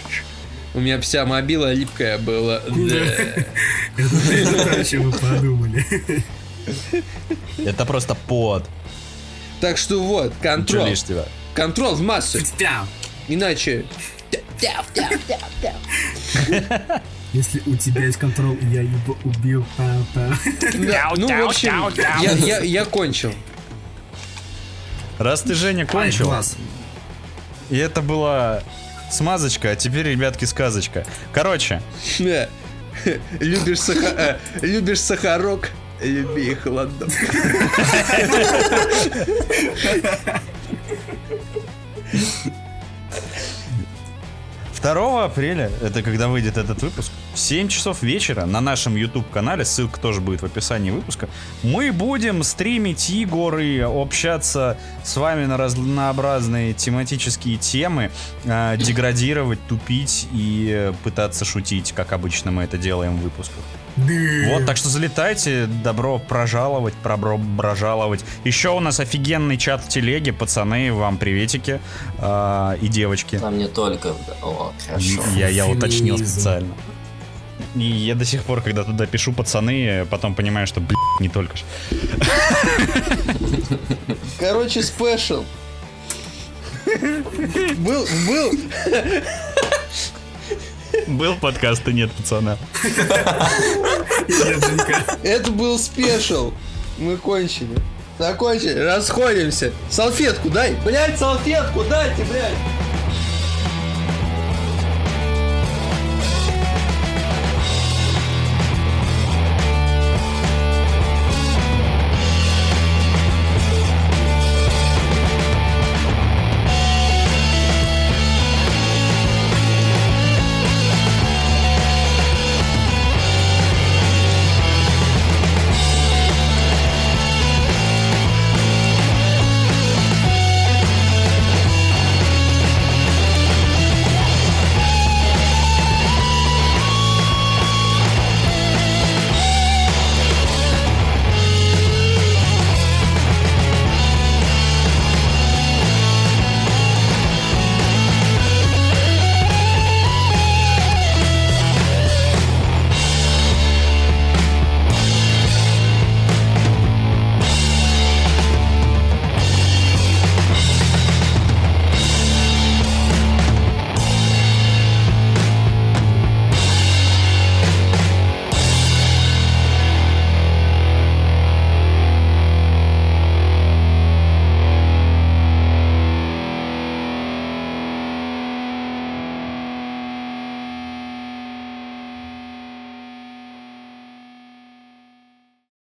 S3: У меня вся мобила липкая
S4: (laughs)
S3: была. Да.
S2: Это ты знал, о чем вы подумали. (laughs)
S1: Это просто под.
S3: Так что вот,
S1: Чё
S3: контрол.
S1: лишь тебя?
S3: Контрол в массу.
S2: Тяп.
S3: Иначе
S2: Если у тебя есть контрол, и я его убил. Па-па.
S3: Да, ну, в общем, я, я, я кончил. (laughs)
S1: Раз ты, Женя,
S2: Ай,
S1: кончил,
S2: класс.
S1: и это была смазочка, а теперь, ребятки, сказочка. Короче,
S3: Да. (laughs) Любишь, саха- э, любишь сахарок, люби и холодок.
S1: Второго апреля, это когда выйдет этот выпуск, в 7 часов вечера на нашем YouTube-канале, ссылка тоже будет в описании выпуска, мы будем стримить игр и общаться с вами на разнообразные тематические темы, э, деградировать, тупить и э, пытаться шутить, как обычно мы это делаем в выпусках. Вот, так что залетайте, добро прожаловать, пробро прожаловать. Еще у нас офигенный чат в телеге, пацаны, вам приветики э, и девочки.
S4: Там не только... О, хорошо.
S1: Я, я уточнил
S2: Феминизм.
S1: специально. И я до сих пор, когда туда пишу пацаны, потом понимаю, что, блин, не только ж.
S3: Короче, спешл. Был, был,
S1: Был подкаст и нет пацана.
S3: это был спешл. Мы кончили. Закончили, расходимся. Салфетку дай, блять, салфетку дайте, блять.